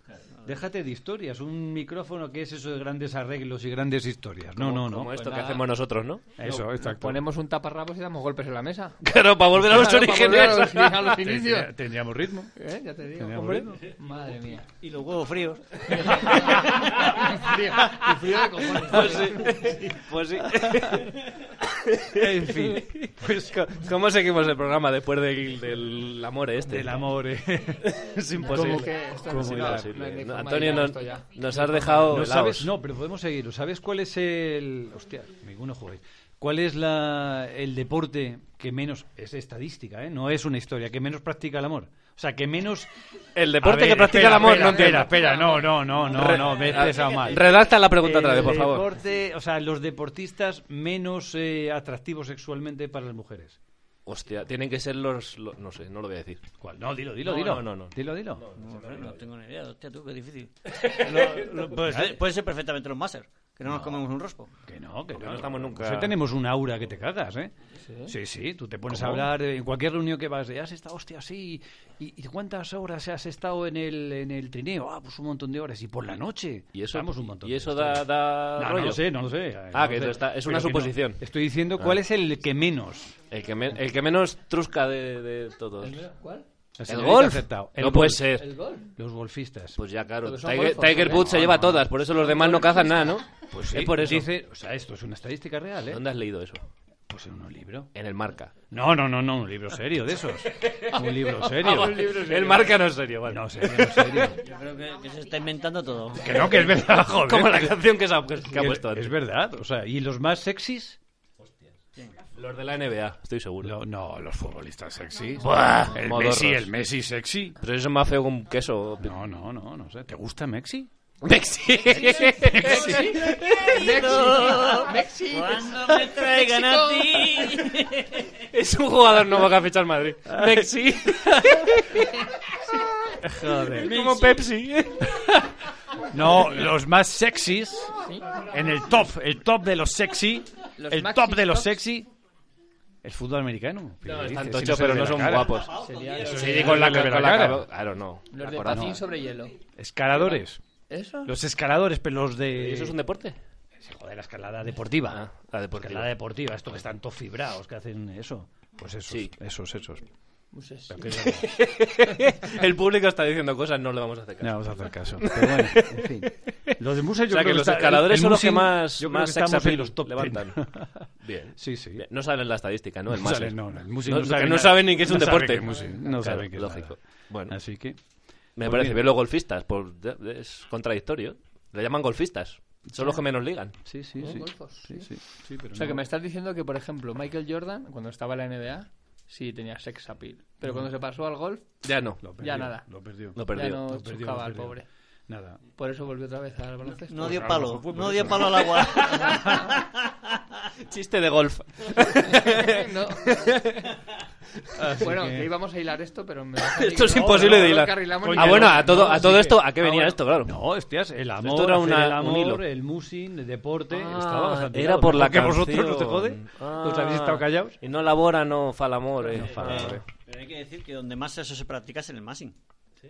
Déjate de historias. Un micrófono que es eso de grandes arreglos y grandes historias. No, no, no. Como esto Pues que nada. hacemos nosotros, ¿no? Eso, exacto. Ponemos un taparrabos y damos golpes en la mesa. Claro, para volver a los Claro, para orígenes. volver a los- a los inicios. Ah, Tendría- Tendríamos ritmo. ¿Eh? Ya te digo, Tenía hombre. aburrido. Madre mía. Y los huevos fríos. Y frío, y frío de cojones. Pues sí. Pues sí. En fin, Pues, co- ¿Cómo seguimos el programa después del, del amor este? del amor. eh. es imposible. Como que esto no ¿Cómo se era? va, Imposible. no hay ni forma No, de Antonio, llegar a nos, esto ya. nos has dejado ¿No, helados. sabes, no, pero podemos seguir. ¿Sabes cuál es el. Hostia, ninguno jugáis. ¿Cuál es la, el deporte que menos. Es estadística, ¿eh? No es una historia. Que menos practica el amor. O sea, que menos. El A deporte ver, que practica espera, el amor, espera, no espera, entiendo. espera, no, no, no, no, Re- no, me he a- expresado mal. Redacta la pregunta otra vez, por El favor. deporte, o sea, los deportistas menos eh, atractivos sexualmente para las mujeres. Hostia, tienen que ser los, lo- No sé, no lo voy a decir. ¿Cuál? No, dilo, dilo, No, dilo. no, no, no. Dilo, dilo. No, no, no tengo ni idea, hostia, tú, qué difícil. Lo- lo- puede, ser, puede ser perfectamente los Masters, que no, nos comemos un rospo. Que no, que no. no estamos nunca- Nosotros Pues tenemos un aura que te cagas, ¿eh? Sí, sí, tú te pones a hablar eh, en cualquier reunión que vas de, has estado, hostia, sí, y, y cuántas horas has estado en el, en el trineo? Ah, pues un montón de horas. Y por la noche, Y eso, vamos un montón y de eso da, horas. da No, no rollo. lo sé, no lo sé. Ah, no que lo eso sé. está- es Pero una que no. suposición. Ah. Estoy diciendo cuál es el que menos. El que, men- el que menos trusca de, de todos. ¿Cuál? La ¿El señorita ha golf? acertado. El no puede golf. ser. ¿El gol? Los golfistas. Pues ya, claro. Porque son Tiger, golfos, Tiger ¿o ¿eh? qué? Woods se No, lleva no. todas, por eso los demás no cazan nada, ¿no? Pues Sí, Es por eso. Dice, o sea, esto es una estadística real, ¿eh? ¿Dónde has leído eso? Pues en un libro. En el marca. No, no, no, no, un libro serio de esos. un libro Ah, serio. vale. El marca no es serio, vale. No, serio, serio. Yo creo que, que se está inventando todo. Que no, que es verdad, joder. Como la canción que, se ha, que- que ha Que es- puesto es, antes. verdad, o sea, ¿y los más sexys? Los de la NBA, estoy seguro. Lo- no, los futbolistas sexys. Buah, el modorros. Messi, el Messi sexy. Pero eso es más feo que un queso. No, no, no, no sé. ¿Te gusta Messi? Mexi. Mexi. Cuando me traigan a ti. Es un jugador nuevo que ha fichado el Madrid. Mexi. Joder. Es como Pepsi. No, los más sexys. En el top, el top de los sexy. Los el maxi top de los tops. sexy. El fútbol americano. No, Dices, están si tochos, se pero ve no la son cara. guapos. Sí, con la, le ve la con la cara. cara. Claro, no. Los La de coraza. patín sobre hielo. Escaladores. ¿Eso? Los escaladores, pero los de. ¿Y ¿Eso es un deporte? Sí, joder, la escalada deportiva. Ah, la deportiva. Escalada deportiva, esto que están todos fibrados, que hacen eso. Pues esos, Sí. esos, esos. El público está diciendo cosas, no le vamos a hacer No caso. vamos a hacer caso. Pero bueno, en fin. Los de Musa yo O sea, creo que los está- escaladores el son los Musin, que más, yo creo más que sex estamos en appeal los top 10. levantan. Bien. Sí, sí. Bien. No saben la estadística, ¿no? El No, Maser. saben, no, no, el Musin No, no, porque sabe no nada. saben ni qué es un No sabe deporte. qué es Musin, no Claro, saben qué es lógico. nada. Bueno. Así que, Me Pues parece bien. bien los golfistas, por- es contradictorio. Le llaman golfistas. Son los que menos ligan. sí, sí, sí. golfos, Sí, sí, sí, pero O sea, no- que me estás diciendo que, por ejemplo, Michael Jordan, cuando estaba en la NBA, sí tenía sex appeal. Pero cuando se pasó al golf, Ya no. Lo ya nada. Lo perdió. Lo ya perdió. no lo perdió, chuscaba lo al perdió. pobre. Nada. Por eso volvió otra vez al baloncesto. No dio Ah, a lo palo, mejor fue por no eso. dio palo al agua. Chiste de golf. No. bueno, que- que íbamos a hilar esto, pero me Esto es imposible de hilar. Ah, bueno, a todo, a todo esto, ¿a qué Ah, venía bueno. esto? Claro. No, hostias, el amor, Esto era hacer una- el, un amor hilo. el musing, el deporte, Ah, estaba bastante era hilado. por la que canción. vosotros no te jode, Ah. os habéis estado callados. Y no labora, no eh. falamore. No fa l'amore. Pero hay que decir que donde más eso se practica es en el Massing.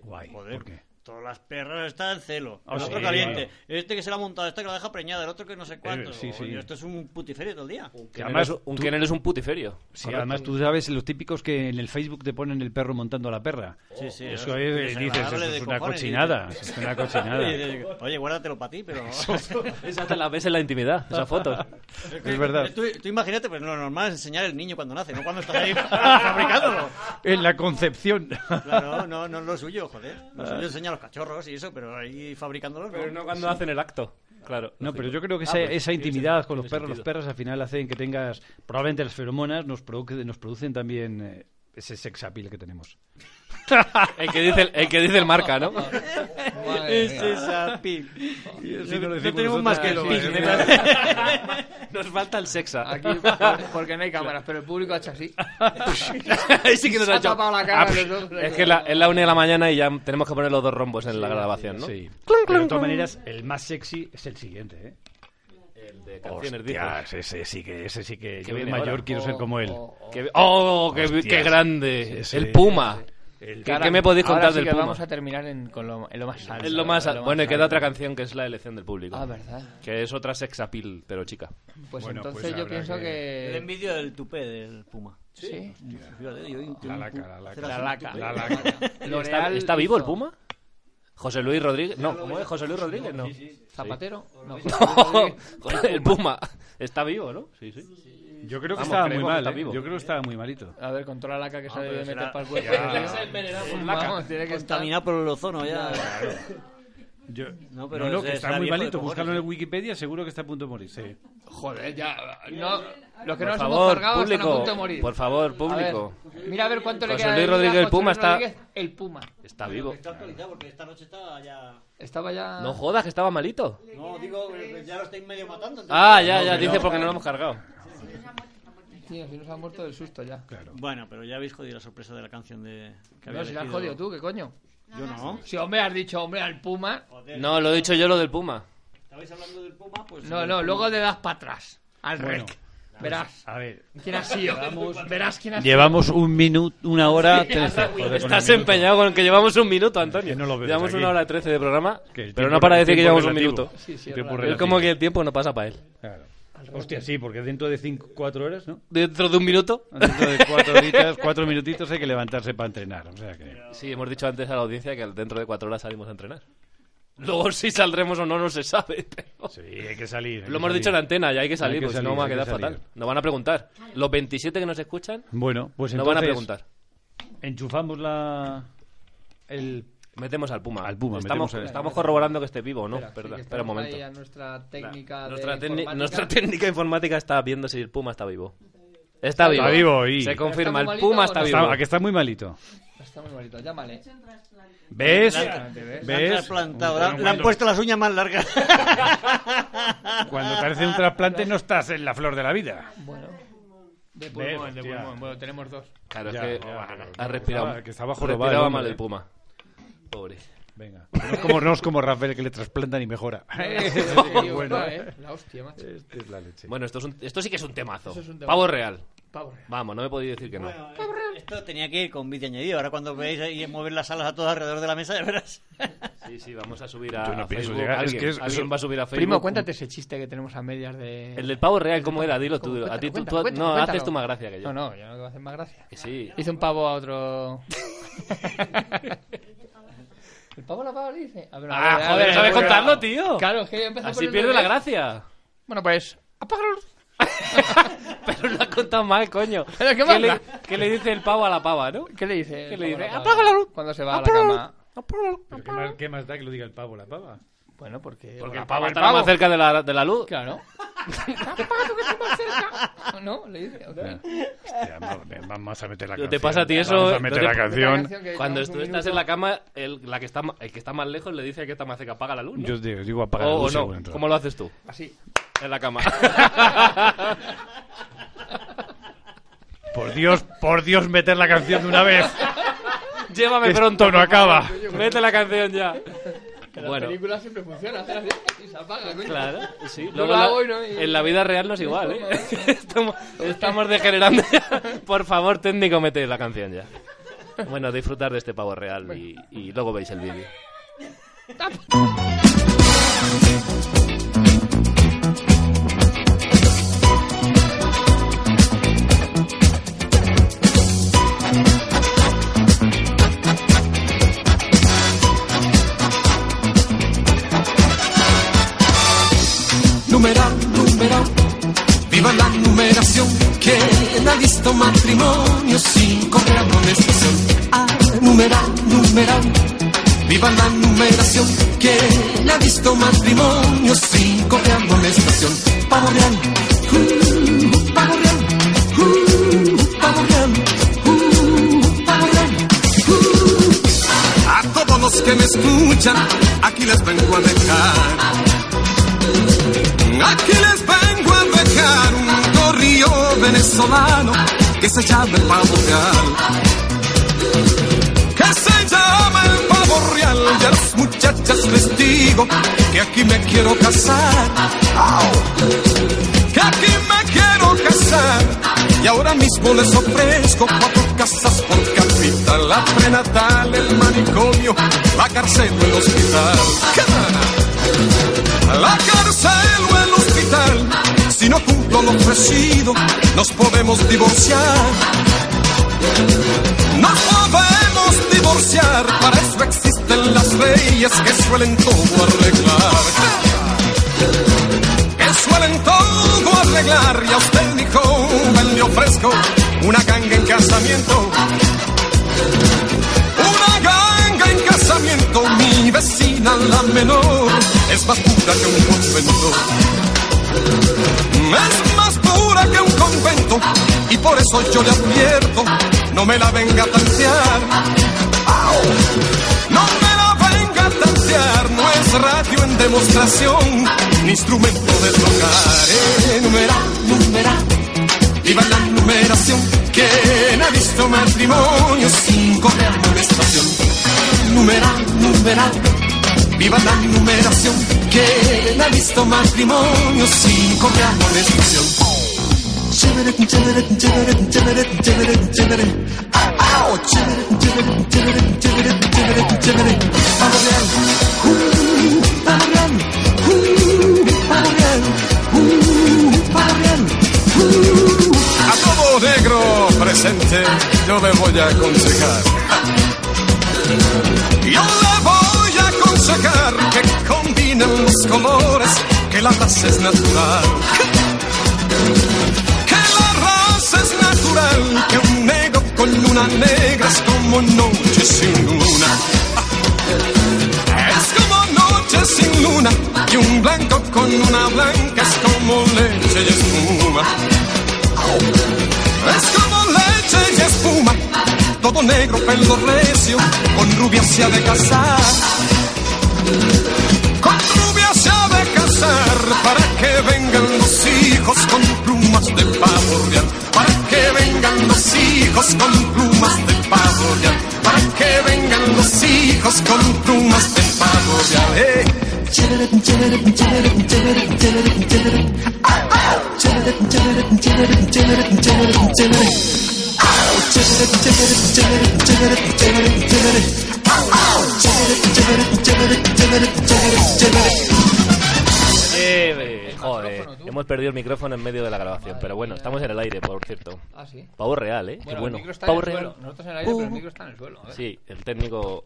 Guay, Joder, ¿por qué? todas las perras están en celo. Ah, el otro sí, caliente. claro. Este que se la ha montado, este que la deja preñada, el otro que no sé cuánto. Eh, sí, sí. Oye, Esto es un putiferio todo el día. Que Además, además, un tú- Kenner es un putiferio. Sí, además tú sabes los típicos que en el Facebook te ponen el perro montando a la perra. Sí, sí, Eso es es, dices, desagradable eso de es una cojones", cochinada, dices. eso es una cochinada. Y dices, Oye, guárdatelo para ti, pero... Esa te la ves en la intimidad, esa foto. Es que- verdad. Tú, tú imagínate, pues lo normal es enseñar el niño cuando nace, no cuando estás ahí fabricándolo. En la concepción. Claro, no, no es lo suyo, joder. Lo suyo enseña a los cachorros y eso, pero ahí fabricándolo Pero no cuando hacen el acto. Claro. No, pero yo lógico. creo que Ah, esa, pues, esa tiene intimidad sentido, con los tiene perros, los sentido. perros al final hacen que tengas, probablemente las feromonas nos, provoque- nos producen también eh, ese sex appeal que tenemos. El que dice el, el que dice el marca, ¿no? Ese es a pil. no lo no decimos tenemos nosotros, ¿eh? más que el sí, pil. sí. de verdad. Nos falta el sexa. Aquí, por- porque no hay cámaras, pero el público ha hecho así. Ahí sí que nos Se ha ha hecho. tapado la cara Ah, de nosotros. es que la- es la una de la mañana y ya tenemos que poner los dos rombos en la grabación, ¿no? Sí. Pero de todas maneras, el más sexy es el siguiente, ¿eh? El de canciones Hostias, ese sí que, ese sí que. Yo de viene mayor ahora? quiero ser como él. dices. Qué- ¡Oh, qué, Hostias. qué grande! Ese- El Puma. El- ¿Qué, qué me podéis Ahora contar sí del que Puma? vamos a terminar en, con lo, en lo más alto. Es lo más... bueno, y que queda otra canción que es la elección del público. Ah, verdad. Que es otra sexapil, pero chica. Pues Bueno, entonces pues yo habrá pienso que- El que... envidio del tupé del puma. Sí. Fíjate, yo La laca, la laca. La laca. La laca. ¿Está, L'Oreal está vivo el hizo- Puma? José Luis Rodríguez. No, ¿cómo es? José Luis Rodríguez, no. ¿Zapatero? No. Joder, el Puma. Está vivo, ¿no? Sí, sí. Yo creo que Vamos, estaba muy creemos mal. que está ¿eh? vivo. Yo creo que estaba muy malito. A ver, contra la laca que se debe meter para el cuerpo. Vamos, tiene que estar... Contaminado por el ozono ya. Yo- No, No, pero no, ese que está está muy viejo de malito. cojones, Búscalo en ¿eh? el Wikipedia, seguro que está a punto de morir. Sí. Joder, ya... No, los que no Por nos hemos favor, cargado están a punto de público. morir. Por favor, A ver, público. mira a ver cuánto le José queda de Luis vida a Rodríguez, el José Puma Luis está- Rodríguez, El Puma. Está vivo. Está actualizado porque esta noche está ya... Estaba ya... No jodas, que estaba malito. No, digo, que ya lo estáis medio matando. entonces- Ah, ya, ya. Dice porque no lo hemos cargado. Tío, si nos ha muerto del susto ya. Bueno, pero ya habéis jodido la sorpresa de la canción de... que había No, si la has elegido. jodido tú, ¿qué coño? Yo no. Si hombre has dicho, hombre, al Puma... Joder, No, lo he dicho yo lo del Puma. estabais hablando del puma, pues... No, no, luego te das para atrás. Al rec. Verás. A ver. ¿Quién ha sido? Verás quién ha sido. Llevamos un minuto, una hora, trece. Estás empeñado con que llevamos un minuto, Antonio. Que no lo veo llevamos aquí. una hora trece de programa, Que el pero tiempo- no para el decir que tiempo llevamos un relativo. minuto. Sí, sí, Tiempo es verdad. Es relativo. como que el tiempo no pasa para él. Claro. Hostia, sí, porque dentro de cinco, cuatro horas, ¿no? Dentro de un minuto. Dentro de cuatro horitas, cuatro minutitos hay que levantarse para entrenar. O sea que. Sí, hemos dicho antes a la audiencia que dentro de cuatro horas salimos a entrenar. Luego si saldremos o no, no se sabe. pero- Sí, hay que salir. hay Lo que hemos salir. dicho en antena, ya hay que salir, Hay que pues salir, no va a hay que quedar salir. fatal. Nos van a preguntar. Los 27 que nos escuchan Bueno, pues nos entonces. van a preguntar. Enchufamos la. El. Metemos al Puma. Al Puma, estamos, metemos al- estamos corroborando que esté vivo, ¿no? Espera, sí, Verdad, que espera un estamos momento. ahí a nuestra técnica de Nuestra, técni- informática. nuestra técnica informática está viendo si el Puma está vivo. Está vivo. vivo, y- Se confirma, ¿Está muy el Puma malito está o no? vivo. Está- que está muy malito. Está muy bonito, llámale. ¿Ves? Le han ¿Ves? trasplantado, le han- le han puesto las uñas más largas. Cuando te hace un trasplante no estás en la flor de la vida. Bueno. De pulmón, de hostia. pulmón. Bueno, tenemos dos. Eh, Claro, Ya, es que ya, ha respirado, estaba- que estaba jorobado el respiraba hombre, mal ¿eh? el Puma. Pobre. Venga. No es como, no es como Rafael que le trasplantan y mejora. Tío, bueno, va, eh. La hostia, macho. Esta es la leche. Bueno, esto, es un- esto sí que es un temazo. es un temazo. Pavo real. Pavo real. Vamos, no me podéis decir que no. Esto tenía que ir con vídeo añadido. Ahora cuando veáis ahí mover las alas a todos alrededor de la mesa, de veras. Sí, sí, vamos a subir a, Yo no a pienso Facebook. llegar, es Alguien, que es- alguien eso- va a subir a Facebook. Primo, cuéntate ese chiste que tenemos a medias de... El del pavo real, ¿cómo era? Dilo tú. ¿Cómo? a ti tú, Cuéntalo, tú- cuéntalo, no, cuéntalo. haces tú más gracia que yo. No, no, yo no te voy a hacer más gracia. Que sí. Hice un pavo a otro... El pavo la pava le dice... A ver, a Ah, ver, a joder, ver, ¿sabes a ver. contarlo, tío? Claro, es que yo empecé por Así el pierde la revés. gracia. Bueno, pues... Apaga la luz. Pero lo has contado mal, coño. Pero qué ¿Qué, mal. le, qué le dice el pavo a la pava, no? ¿Qué le dice? ¿Qué le dice? Apaga la luz. Cuando se va a Ah, la cama. Pero ¿qué, más, qué más da que lo diga el pavo, la pava? Bueno, porque... Porque la el pavo pava, está más cerca de la, de la luz. Claro. Papá, tú que estás más cerca. No, le dice. ok. Hostia, no, me- vamos a meter la ¿No canción. te pasa a ti eso? ¿eh? Vamos a ¿No meter te la pasa la canción. canción que Cuando llevamos tú un estás en minuto? la cama, el, la que está, ma- el que está más lejos le dice al que está más cerca, apaga la luz. ¿no? Yo digo, digo apagar o, la o luz y no. voy a entrar. ¿Cómo lo haces tú? Así. En la cama. Por Dios, por Dios, meter la canción de una vez. Llévame Esto pronto. no por favor. acaba. Mete la canción ya. Que Bueno. la película siempre funciona. hacer así Y se apaga, coño. Claro, sí. Yo Luego lo la- hago y no- y- En la vida real no es igual, ¿eh? estamos, estamos degenerando. Por favor, técnico, mete la canción ya. Bueno, disfrutar de este pavo real y, y luego veis el vídeo. numeral, numeral. Viva la numeración que ha visto matrimonio sin correr de estación. Ah, numeral, numeral. Viva la numeración que ha visto matrimonio sin correr de estación. Pavo real, uh, pavo real, uh, pavo real, uh, pavo real. uh. A todos los que me escuchan, aquí les vengo a dejar. Aquí les vengo a dejar un corrillo venezolano que se llama el pavo real. Que se llama el pavo real. Y a las muchachas les digo que aquí me quiero casar. Au. Que aquí me quiero casar. Y ahora mismo les ofrezco cuatro casas por capital. La prenatal, el manicomio, la cárcel o el hospital. ¡Qué tal? a la cárcel o el hospital. Si no cumplo lo ofrecido, nos podemos divorciar. Nos podemos divorciar, para eso existen las leyes que suelen todo arreglar. Que suelen todo arreglar, y a usted, mi joven, le ofrezco una ganga en casamiento. Una ganga en casamiento, mi vecina la menor, es más pura que un convento. Es más pura que un convento, y por eso yo le advierto, no me la venga a tantear. Au. No me la venga a tantear, no es radio en demostración, ni instrumento de tocar. Eh, numeral, numeral, viva la numeración. ¿Quién ha visto matrimonio sin correr estación? Numeral, numeral, viva la numeración. ¿Quién ha visto matrimonio sin correr estación? Chévere, chévere, chévere, chévere, chévere, chévere. Ah, ah, oh, chévere, chévere, chévere, chévere, chévere, chévere. Vamos real. Uh, vamos real. Uh, vamos real. Uh, vamos real. Uh. A todo negro presente, yo me voy a aconsejar. Yo le voy a aconsejar que combinen los colores, que la raza es natural. Que la raza es natural, que un negro con luna negra es como noche sin luna. Es como noche sin luna, y un blanco con una blanca es como leche y espuma. Es como leche y espuma, todo negro pelo recio, con rubia se ha de casar. Con rubia se ha de casar, para que vengan los hijos con plumas de pavo real. Para que vengan los hijos con plumas de pavo real. Para que vengan los hijos con plumas de pavo real. Eh. Chévere, chévere, chévere, chévere, chévere, chévere. Ah, ah. Chévere, chévere, chévere, chévere, chévere, chévere. Ah, chévere, chévere, chévere, chévere, chévere, chévere. Ah, ah. Chévere, chévere, chévere, chévere, chévere, chévere. Eh, eh, joder, hemos perdido el micrófono en medio de la grabación, pero bueno, estamos en el aire, por cierto. Ah, sí. Pavo real, ¿eh? Qué Bueno, bueno. el micro está en Pavo el real. Uh. suelo. Nosotros en el aire, pero el micro está en el suelo. a ver. Sí, el técnico.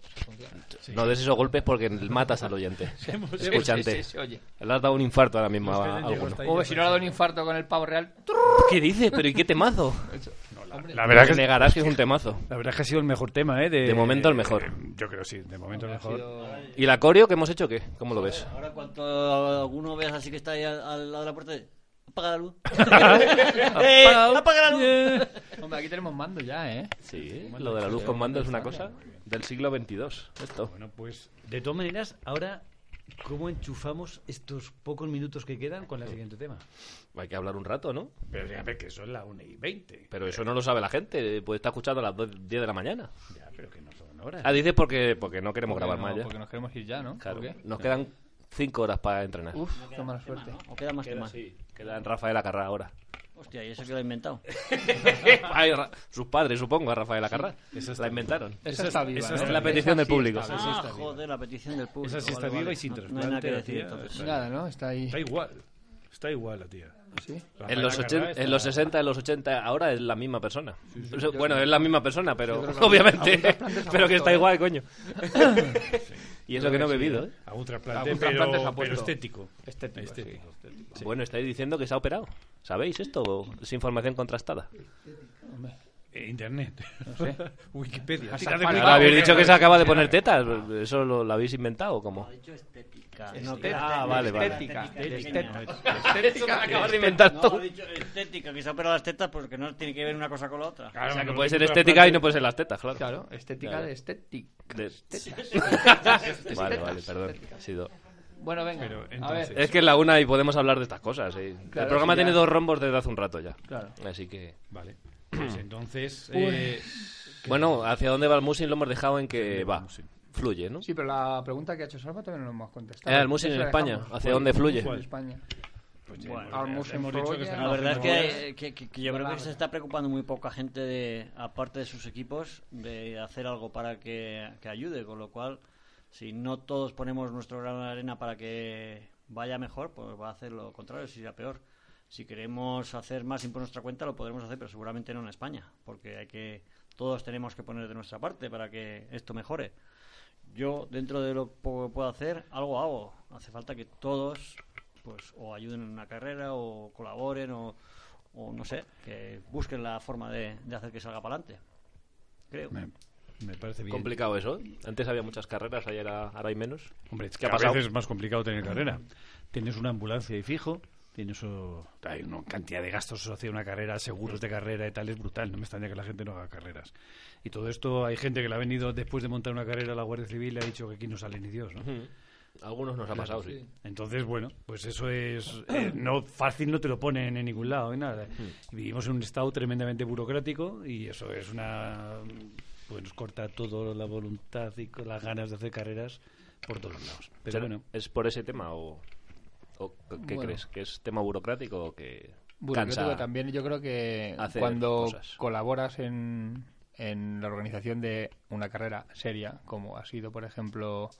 No des esos golpes porque matas al oyente. Escuchante. Sí, sí, sí, oye. Le has dado un infarto ahora mismo a, a alguno. O si no le ha dado un infarto con el pavo real. ¿Qué dices? ¿Pero y qué temazo? La verdad Me que, negarás que es un temazo. La verdad es que ha sido el mejor tema, ¿eh? De, De momento el mejor. Eh, yo creo sí, de momento el mejor. ¿Y la coreo que hemos hecho qué? ¿Cómo lo ves? Ahora, cuando alguno veas así que está ahí al, al lado de la puerta, Apaga la luz. Eh, apaga la luz. Hombre, aquí tenemos mando ya, ¿eh? Sí, lo de la luz con mando es una cosa del siglo XXII. Esto. Bueno, pues de todas maneras, ahora, ¿cómo enchufamos este estos pocos minutos que quedan con el siguiente tema? Hay que hablar un rato, ¿no? Pero fíjate que eso es la 1 y 20. Pero eso no lo sabe la gente. Puede estar escuchando a las 2, 10 de la mañana. Ya, pero que no son horas. Ah, dices porque, porque no queremos grabar no, más ya. Porque nos queremos ir ya, ¿no? Claro. ¿Por qué? Nos quedan 5 horas para entrenar. Uf, qué mala suerte. O queda más que Queda, más. sí, queda en Rafael Acarrá ahora. Hostia, ¿y eso que lo he inventado? Ay, Ra- Sus padres, supongo, a Rafael Acarrá. la inventaron. Esa está viva, esa ¿no? está Es la petición del público. Ah, joder, la petición del público. Esa sí está Vale, viva Pues vale. y sin No- No hay nada que trasplante, decir tía. entonces. Nada, ¿no? Está ahí. Está igual. Está igual la tía. Sí. Rafael En los, Acarrá ochen- está- en los 60, en los 80, ahora es la misma persona. O sea, bueno, es la misma persona, pero obviamente. Pero que está igual, coño. y eso que no he bebido, ¿eh? A un trasplante, Algún pero, trasplante se ha pero puesto. estético. Estético, Estético, sí. estético. Bueno, estáis diciendo que se ha operado. ¿Sabéis esto? Es información contrastada. Ah, Eh, Internet. Wikipedia. Has Tira de afanado. Ahora habéis Wikipedia. dicho que se acaba de poner tetas. ¿Eso lo, lo habéis inventado o cómo? Estética. No, que- Ah, vale, vale. Estética. Estética. Eso lo acabas de inventar No, tú. he dicho estética, que se operado las tetas porque no tiene que ver una cosa con la otra. Claro, O sea, que bueno, puede un ser trasplante- estética y no puede ser las tetas, claro. Claro, estética Claro. de estética. De- vale, vale, perdón. Ha sido- Bueno, venga. Pero, a entonces- ver. Es que es la una y podemos hablar de estas cosas. ¿eh? Claro, el programa sí, ya. tiene dos rombos desde hace un rato ya. Claro. Así que. Vale. Pues entonces. eh, Bueno, ¿hacia dónde va el Musin? Lo hemos dejado en que dónde va el va. Musin? Fluye, ¿no? Sí, pero la pregunta que ha hecho Salva todavía no lo hemos contestado. Era el Musin Eso Eh, en la España. dejamos. Pues, ¿Hacia dónde fluye? En España. Al Musin hemos dicho que Troya. será La verdad es Fenomenal. que, que- que- que yo creo que se está preocupando muy poca gente, de, aparte de sus equipos, de hacer algo para que, que ayude. Con lo cual, si no todos ponemos nuestro grano de arena para que vaya mejor, pues va a hacer lo contrario, si irá peor. Si queremos hacer más y por nuestra cuenta, lo podremos hacer, pero seguramente no en España, porque hay que todos tenemos que poner de nuestra parte para que esto mejore. Yo, dentro de lo poco que puedo hacer, algo hago. Hace falta que todos, pues, o ayuden en una carrera, o colaboren, o, o no sé, que busquen la forma de, de hacer que salga para adelante. Creo. Me, me parece bien. Complicado eso. ¿eh? Antes había muchas carreras, ahora, era- ahora hay menos. Hombre, es ¿Qué que ha a pasado? veces es más complicado tener carrera. Tienes una ambulancia y fijo, tienes o- hay una cantidad de gastos asociados a una carrera, seguros de carrera y tal, es brutal. No me extraña que la gente no haga carreras. Y todo esto, hay gente que le ha venido después de montar una carrera a la Guardia Civil y ha dicho que aquí no sale ni Dios, ¿no? Algunos nos ha pasado, sí. Entonces, bueno, pues eso es eh, no fácil, no te lo ponen en ningún lado, en nada. Hmm. Y Vivimos en un estado tremendamente burocrático y eso es una pues nos corta todo la voluntad y con las ganas de hacer carreras por todos lados. Pero O sea, bueno, ¿Es por ese tema o, o qué Bueno. crees? ¿Que es tema burocrático o que Burocrático cansa? también yo creo que hacer cuando cosas. colaboras en, en la organización de una carrera seria, como ha sido por ejemplo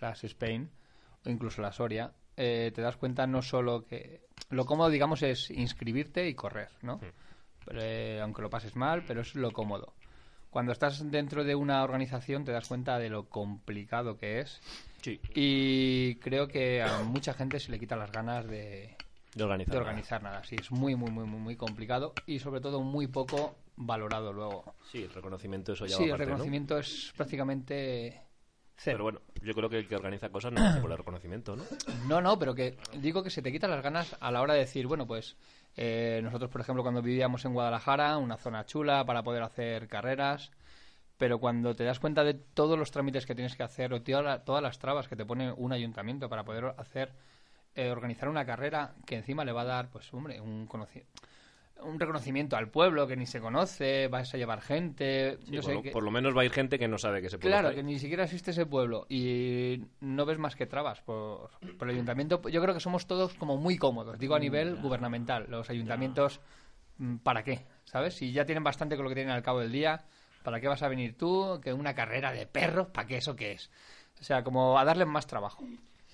las Spain o incluso la Soria, eh, te das cuenta no solo que lo cómodo digamos es inscribirte y correr, ¿no? Pero, eh, aunque lo pases mal, pero es lo cómodo. Cuando estás dentro de una organización te das cuenta de lo complicado que es Sí, y creo que a mucha gente se le quita las ganas de, de organizar. de organizar nada. Sí, es muy, muy, muy, muy, muy complicado y sobre todo muy poco valorado luego. Sí, el reconocimiento, eso Pues ya Sí, va el aparte, ¿no? reconocimiento es prácticamente Pero cero. bueno, yo creo que el que organiza cosas no lo hace por el reconocimiento, ¿no? No, no, pero que digo que se te quitan las ganas a la hora de decir, bueno, pues eh, nosotros, por ejemplo, cuando vivíamos en Guadalajara, una zona chula para poder hacer carreras, pero cuando te das cuenta de todos los trámites que tienes que hacer o toda la- todas las trabas que te pone un ayuntamiento para poder hacer, eh, organizar una carrera que encima le va a dar, pues, hombre, un conoci- Un reconocimiento al pueblo que ni se conoce, vas a llevar gente. Sí, no por, sé, lo, que- por lo menos va a ir gente que no sabe que se puede Claro, hacer. que ni siquiera existe ese pueblo y no ves más que trabas por, por el ayuntamiento. Yo creo que somos todos como muy cómodos, digo a nivel gubernamental. Los ayuntamientos, mm, ¿para qué? ¿Sabes? Si ya tienen bastante con lo que tienen al cabo del día, ¿para qué vas a venir tú? ¿Que una carrera de perros? ¿Para qué eso qué es? O sea, como a darles más trabajo.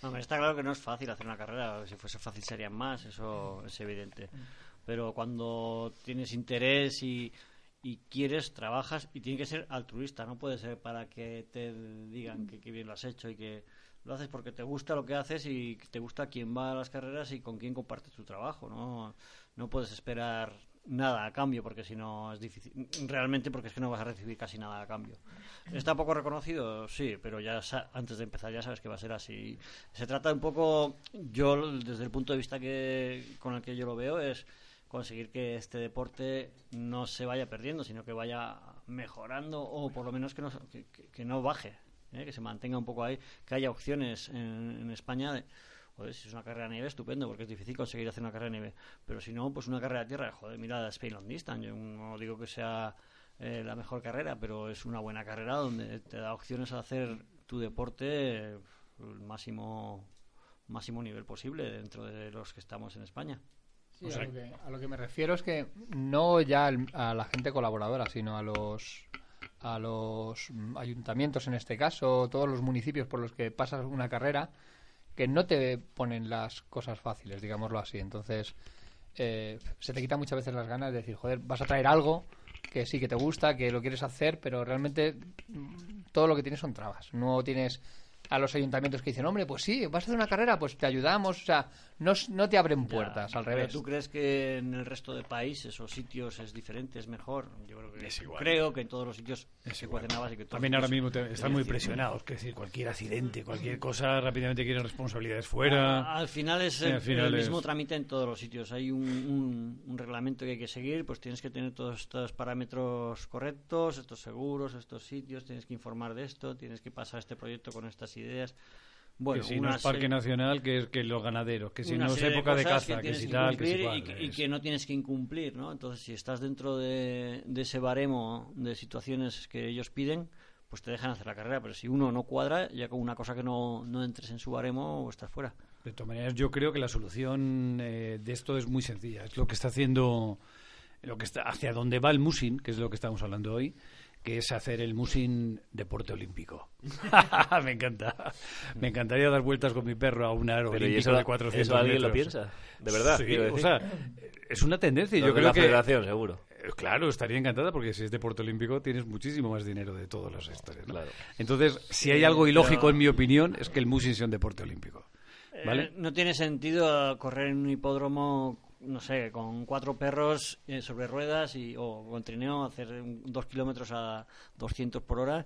Hombre, está claro que no es fácil hacer una carrera. Si fuese fácil serían más, eso es evidente. Pero cuando tienes interés y, y quieres, trabajas y tiene que ser altruista. No puede ser para que te digan que, que bien lo has hecho y que lo haces porque te gusta lo que haces y que te gusta quién va a las carreras y con quién compartes tu trabajo. No, no puedes esperar nada a cambio, porque si no es difícil. Realmente, porque es que no vas a recibir casi nada a cambio. ¿Está poco reconocido? Sí, pero ya sa- antes de empezar ya sabes que va a ser así. Se trata un poco, yo desde el punto de vista que con el que yo lo veo, es conseguir que este deporte no se vaya perdiendo, sino que vaya mejorando o por lo menos que no, que, que- que no baje, ¿eh? que se mantenga un poco ahí, que haya opciones en, en España. de- Joder, si es una carrera de nieve, estupendo, porque es difícil conseguir hacer una carrera de nieve. Pero si no, pues una carrera de tierra, joder, mira la Spain Long Distance. Yo no digo que sea eh, la mejor carrera, pero es una buena carrera donde te da opciones a hacer tu deporte eh, el máximo, máximo nivel posible dentro de los que estamos en España. Sí, a, lo que, a lo que me refiero es que no ya al- a la gente colaboradora, sino a los a los mm, ayuntamientos en este caso, todos los municipios por los que pasas una carrera, que no te ponen las cosas fáciles, digámoslo así. Entonces, eh, se te quita muchas veces las ganas de decir, joder, vas a traer algo que sí que te gusta, que lo quieres hacer, pero realmente mm, todo lo que tienes son trabas. No tienes a los ayuntamientos que dicen, hombre, pues sí, vas a hacer una carrera, pues te ayudamos. O sea, no, s- no te abren puertas, Ya, al pero revés. ¿Tú crees que en el resto de países o sitios es diferente, es mejor? Yo creo que creo que en todos los sitios se cuestionaba y que todos También ahora los- mismo te- están muy decir, presionados, que decir, cualquier accidente, cualquier cosa, rápidamente quieren responsabilidades Ah, fuera. Al final es el, Al final el es- mismo trámite en todos los sitios. Hay un, un- un reglamento que hay que seguir, pues tienes que tener todos estos parámetros correctos, estos seguros, estos sitios, tienes que informar de esto, tienes que pasar este proyecto con estas ideas. Bueno, que si una no es Parque serie- Nacional, que, es- que los ganaderos, que si una no es serie época de, cosas caza, que, tienes si tal, que si cumplir cual. y, que- y es- que no tienes que incumplir, ¿no? Entonces, si estás dentro de, de ese baremo de situaciones que ellos piden, pues te dejan hacer la carrera. Pero si uno no cuadra, ya con una cosa que no, no entres en su baremo, estás fuera. De todas maneras, yo creo que la solución eh, de esto es muy sencilla. Es lo que está haciendo, lo que está hacia dónde va el musin, que es lo que estamos hablando hoy, que es hacer el musin deporte olímpico. me encanta. Me encantaría dar vueltas con mi perro a un aro Pero ¿y olímpico eso- de 400 eso alguien lo metros. piensa? De verdad, Sí, quiero o decir. sea, es una tendencia. Los Yo de creo la que federación, seguro. eh, Claro, estaría encantada porque si es deporte olímpico tienes muchísimo más dinero de todos los sectores. ¿no? Claro. Entonces, si hay algo ilógico en mi opinión es que el musin sea un deporte olímpico. ¿Vale? Eh, no tiene sentido correr en un hipódromo, no sé, con cuatro perros eh, sobre ruedas y, o con trineo, hacer un- dos kilómetros a 200 por hora.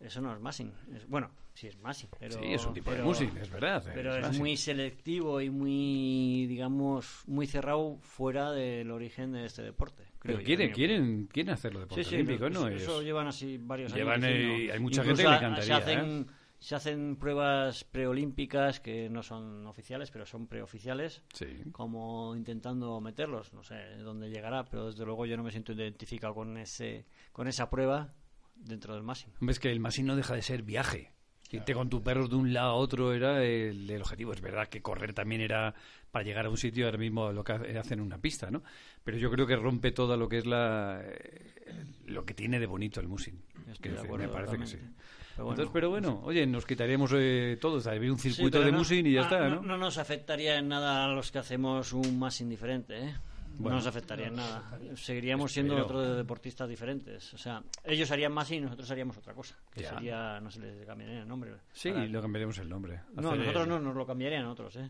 Eso no es masing. Es- bueno, sí es masing. Pero, Sí, es un tipo de pero- musin, es verdad. eh, Pero es es así. muy selectivo y muy, digamos, muy cerrado fuera del origen de este deporte. Pero Creo yo, quieren, en mi opinión. quieren, quieren hacerlo deporte Sí, sí, olímpico, eso, ¿no? eso Es- llevan así varios Llevan, años. eh, diciendo. hay mucha Incluso gente que le a- encantaría, ¿eh? Se hacen, se hacen pruebas preolímpicas que no son oficiales, pero son preoficiales, Sí. como intentando meterlos. No sé dónde llegará, pero desde luego yo no me siento identificado con, ese, con esa prueba dentro del máximo. Hombre, es que el masín no deja de ser viaje. Irte con tus perros de un lado a otro era el, el objetivo. Es verdad que correr también era para llegar a un sitio, ahora mismo lo que ha- hacen en una pista, ¿no? Pero yo creo que rompe todo lo que es la eh, lo que tiene de bonito el musin. Estoy de Que me acuerdo parece que sí. totalmente. Pero bueno. Entonces, pero bueno, oye, nos quitaríamos eh, todos. Había un Sí, circuito pero de no- musin y ya ah, está, ¿no? No nos afectaría en nada a los que hacemos un más indiferente, ¿eh? Bueno. no nos afectaría en nada. Seguiríamos siendo Espero. otros deportistas diferentes. O sea, ellos harían más y nosotros haríamos otra cosa. Que Ya. sería, no se les cambiaría el nombre. Sí, Para- lo cambiaremos el nombre. No, Hacer nosotros el- no nos lo cambiarían otros, ¿eh?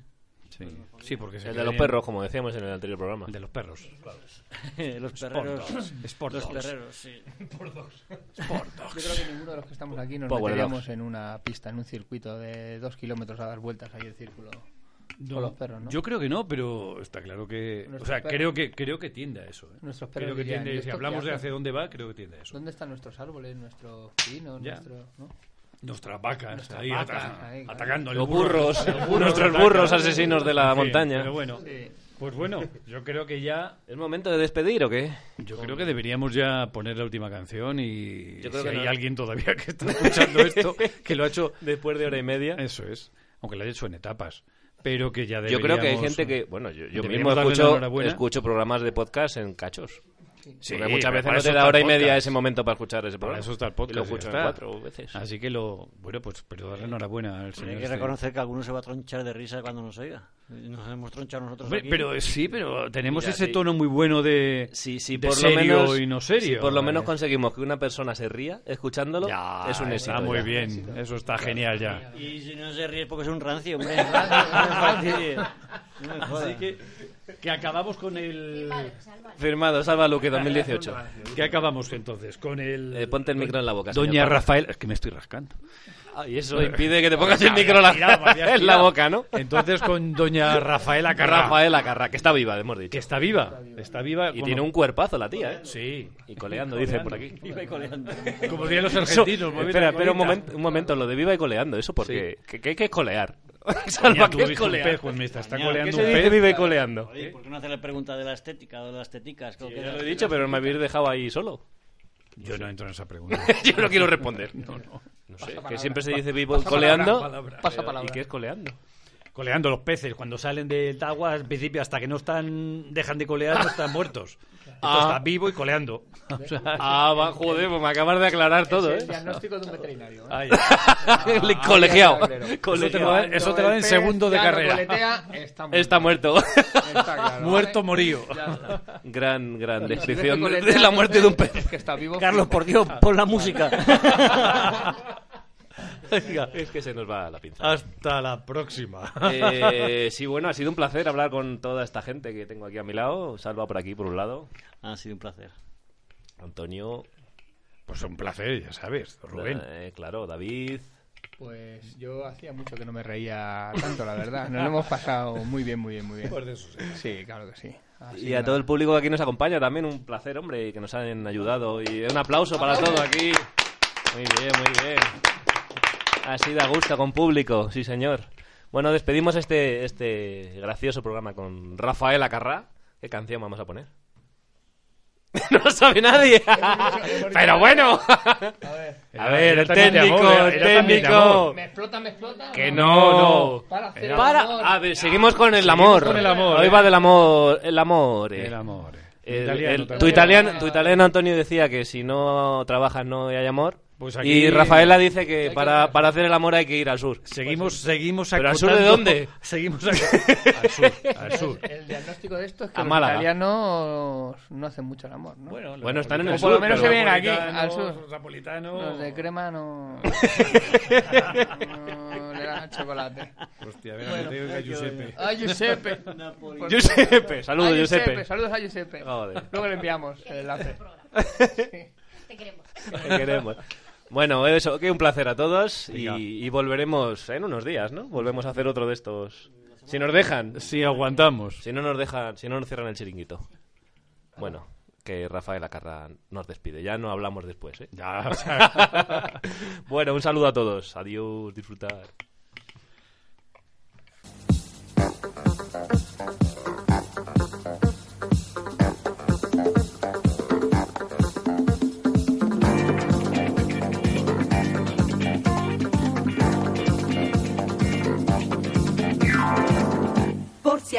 Sí, Sí, porque se El de los quedarían- perros, como decíamos en el anterior programa. El de los perros. los Sport perreros. dogs, sport los dogs. perreros, sí. Yo creo que ninguno de los que estamos aquí nos Power meteríamos Dogs. en una pista, en un circuito de dos kilómetros a dar vueltas ahí el círculo con los perros, ¿no? Yo creo que no, pero está claro que. Nuestros o sea, perros- creo que, creo que tiende a eso. ¿eh? Nuestros perros creo que dirían, tiende- "¿Y esto si qué hablamos de hacen?". hacia dónde va, creo que tiende a eso. ¿Dónde están nuestros árboles, nuestros pinos, Ya. nuestros... ¿no? Nuestras vacas, Nuestras ahí vacas, ata- ahí, claro. atacando. Los el burro. burros, Los nuestros atacan. burros asesinos de la Sí, montaña. Pero bueno, Sí. pues bueno, yo creo que ya. ¿Es momento de despedir o qué? Yo creo que deberíamos ya poner la última canción y Yo creo si que hay no. alguien todavía que está escuchando esto, que lo ha hecho. Después de hora y media. Eso es, aunque lo haya hecho en etapas, pero que ya Yo creo que hay deberíamos- gente que, bueno, yo, yo mismo deberíamos darle la escucho, enhorabuena. escucho programas de podcast en cachos. Sí, Porque muchas pero veces para no eso te da está hora y el media podcast. ese momento para escuchar ese programa. Para eso está el podcast. Y lo ya escucho en está. Ah, cuatro veces. Así que lo. Bueno, pues pero darle enhorabuena al señor. Hay que este. reconocer que alguno se va a tronchar de risa cuando nos oiga. Nos hemos tronchado nosotros Hombre, aquí. pero sí, pero tenemos Mira, ese sí. tono muy bueno de, Sí, sí, de por lo serio menos, y no serio. si por lo Eh, menos conseguimos que una persona se ría escuchándolo, ya, es un éxito. Está muy ya. bien, eso está genial ya. Y si no se ríe es porque es un rancio, hombre. No me fastidies. Así que, que acabamos con el... Firmado, Salva Luque 2018. ¿Qué acabamos entonces? Con el... Eh, ponte el micro en la boca. Doña señor. Rafael... Es que me estoy rascando. Ah, y eso impide que te pongas el micro en la, tirado, me había en la tirado. boca, ¿no? Eh, Entonces con doña Rafaela Carrá. Rafaela Carrá, que está viva, hemos dicho. Que está viva. Está viva. Y como- tiene un cuerpazo la tía, ¿eh? Sí. Y coleando, dice por aquí. Iba y coleando. Como dirían los Eso- argentinos. moviendo espera, la espera un colita. momento, un momento, lo de viva y coleando, eso porque que, que hay que colear. Mira, Salva, tú ¿qué es viste un colear? pez, Juan Mista, Está Mañana, ¿Qué coleando se un dice pez. vive coleando? Oye, ¿por qué no hacer la pregunta de la estética o de las teticas? Creo que Ya era- lo he dicho, pero me habéis dejado ahí solo. Yo no entro en esa pregunta. Yo no quiero responder. No, sé, que siempre se dice vivo coleando. Pasa pero- palabra. ¿Y qué es coleando? Coleando los peces. Cuando salen del agua, al principio, hasta que no están... Dejan de colear, no están muertos. Esto Ah. está vivo y coleando. O sea, Ah, va, joder, pues me acabas de aclarar todo, ¿eh. diagnóstico de un veterinario. Ah, ¿eh? Ah, ay, El colegiado. claro, claro. Eso te Colegiado. lo dan, eso te lo dan en segundo de Ya no carrera. boletea, está muerto. Está muerto. Está claro, Muerto ¿vale? morío. Ya está. gran, gran Si deja descripción de- coletear, ¿eh? de la muerte de un pez. Que está vivo. Carlos, por Dios, pon la música. Venga, Es que se nos va la pinza. Hasta la próxima. Eh, sí, bueno, ha sido un placer hablar con toda esta gente que tengo aquí a mi lado. Salva por aquí, por un lado. ha sido un placer. Antonio. Pues un placer, ya sabes, Rubén. eh, claro, David. Pues yo hacía mucho que no me reía tanto, la verdad. Nos lo hemos pasado muy bien, muy bien, muy bien. Sí, claro que sí. Así y a que todo nada. el público que aquí nos acompaña también. Un placer, hombre, y que nos han ayudado. Y un aplauso para todos aquí. Muy bien, muy bien. Así da gusto con público, sí, señor. Bueno, despedimos este, este gracioso programa con Rafael Acarrá. ¿Qué canción vamos a poner? No lo sabe nadie. Pero bueno. A ver, el Era también de técnico, amor, era- el era también de técnico. amor. ¿Me explota, me explota? Que no, no. Para, cero, amor. Para, a ver, seguimos con el amor. con el amor, Hoy eh. va del amor, el amor. eh. El amor. El- Italiano el- también. tu, italiano, tu italiano Antonio decía que si no trabajas no hay amor. Pues aquí- y Rafaela dice que para, para hacer el amor hay que ir al sur. Seguimos, seguimos ¿Pero al sur de acotando- dónde? Seguimos ac- al sur, al sur. El diagnóstico de esto es que A los Málaga. italianos no hacen mucho el amor, ¿no? Bueno, están en O el por lo sur. menos se pero- vienen aquí, Napolitano, al sur. napolitano. Los de crema no... no Ah, le dan chocolate. Hostia, a ver, a Mateo y a Giuseppe. ¡Ay, Giuseppe! Giuseppe, saludos, Ay, Giuseppe. Saludos a Giuseppe. Joder. Luego le enviamos el enlace. Te queremos. Te queremos. Bueno, eso, que un placer a todos y, Venga. y volveremos en unos días, ¿no? Volvemos a hacer otro de estos. Si nos dejan, Sí, aguantamos. si no nos dejan, si no nos cierran el chiringuito. Bueno, que Rafael Acarra nos despide, ya no hablamos después, ¿eh? Ya, o sea, bueno, un saludo a todos. Adiós, disfrutar. Por si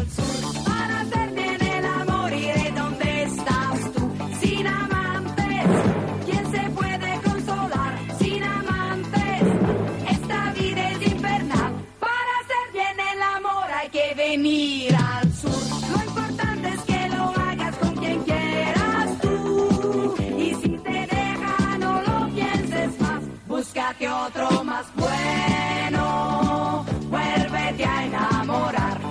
sur. Para hacer bien el amor iré donde estás tú. Sin amantes, ¿quién se puede consolar? Sin amantes, esta vida es infernal. Para hacer bien el amor hay que venir al sur. Lo importante es que lo hagas con quien quieras tú. Y si te deja, no lo pienses más. Búscate otro más bueno. Vuélvete a enamorar.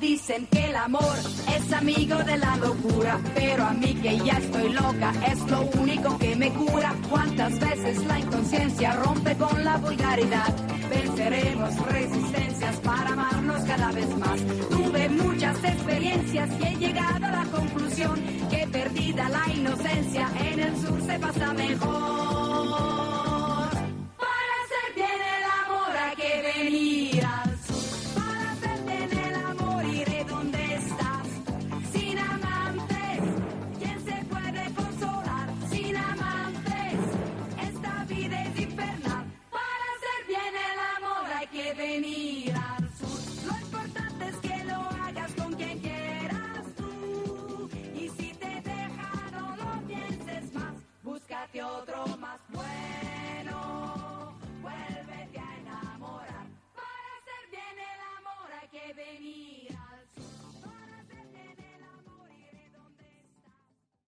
Dicen que el amor es amigo de la locura, pero a mí que ya estoy loca es lo único que me cura. ¿Cuántas veces la inconsciencia rompe con la vulgaridad? Venceremos resistencias para amarnos cada vez más. Tuve muchas experiencias y he llegado a la conclusión que perdida la inocencia en el sur se pasa mejor.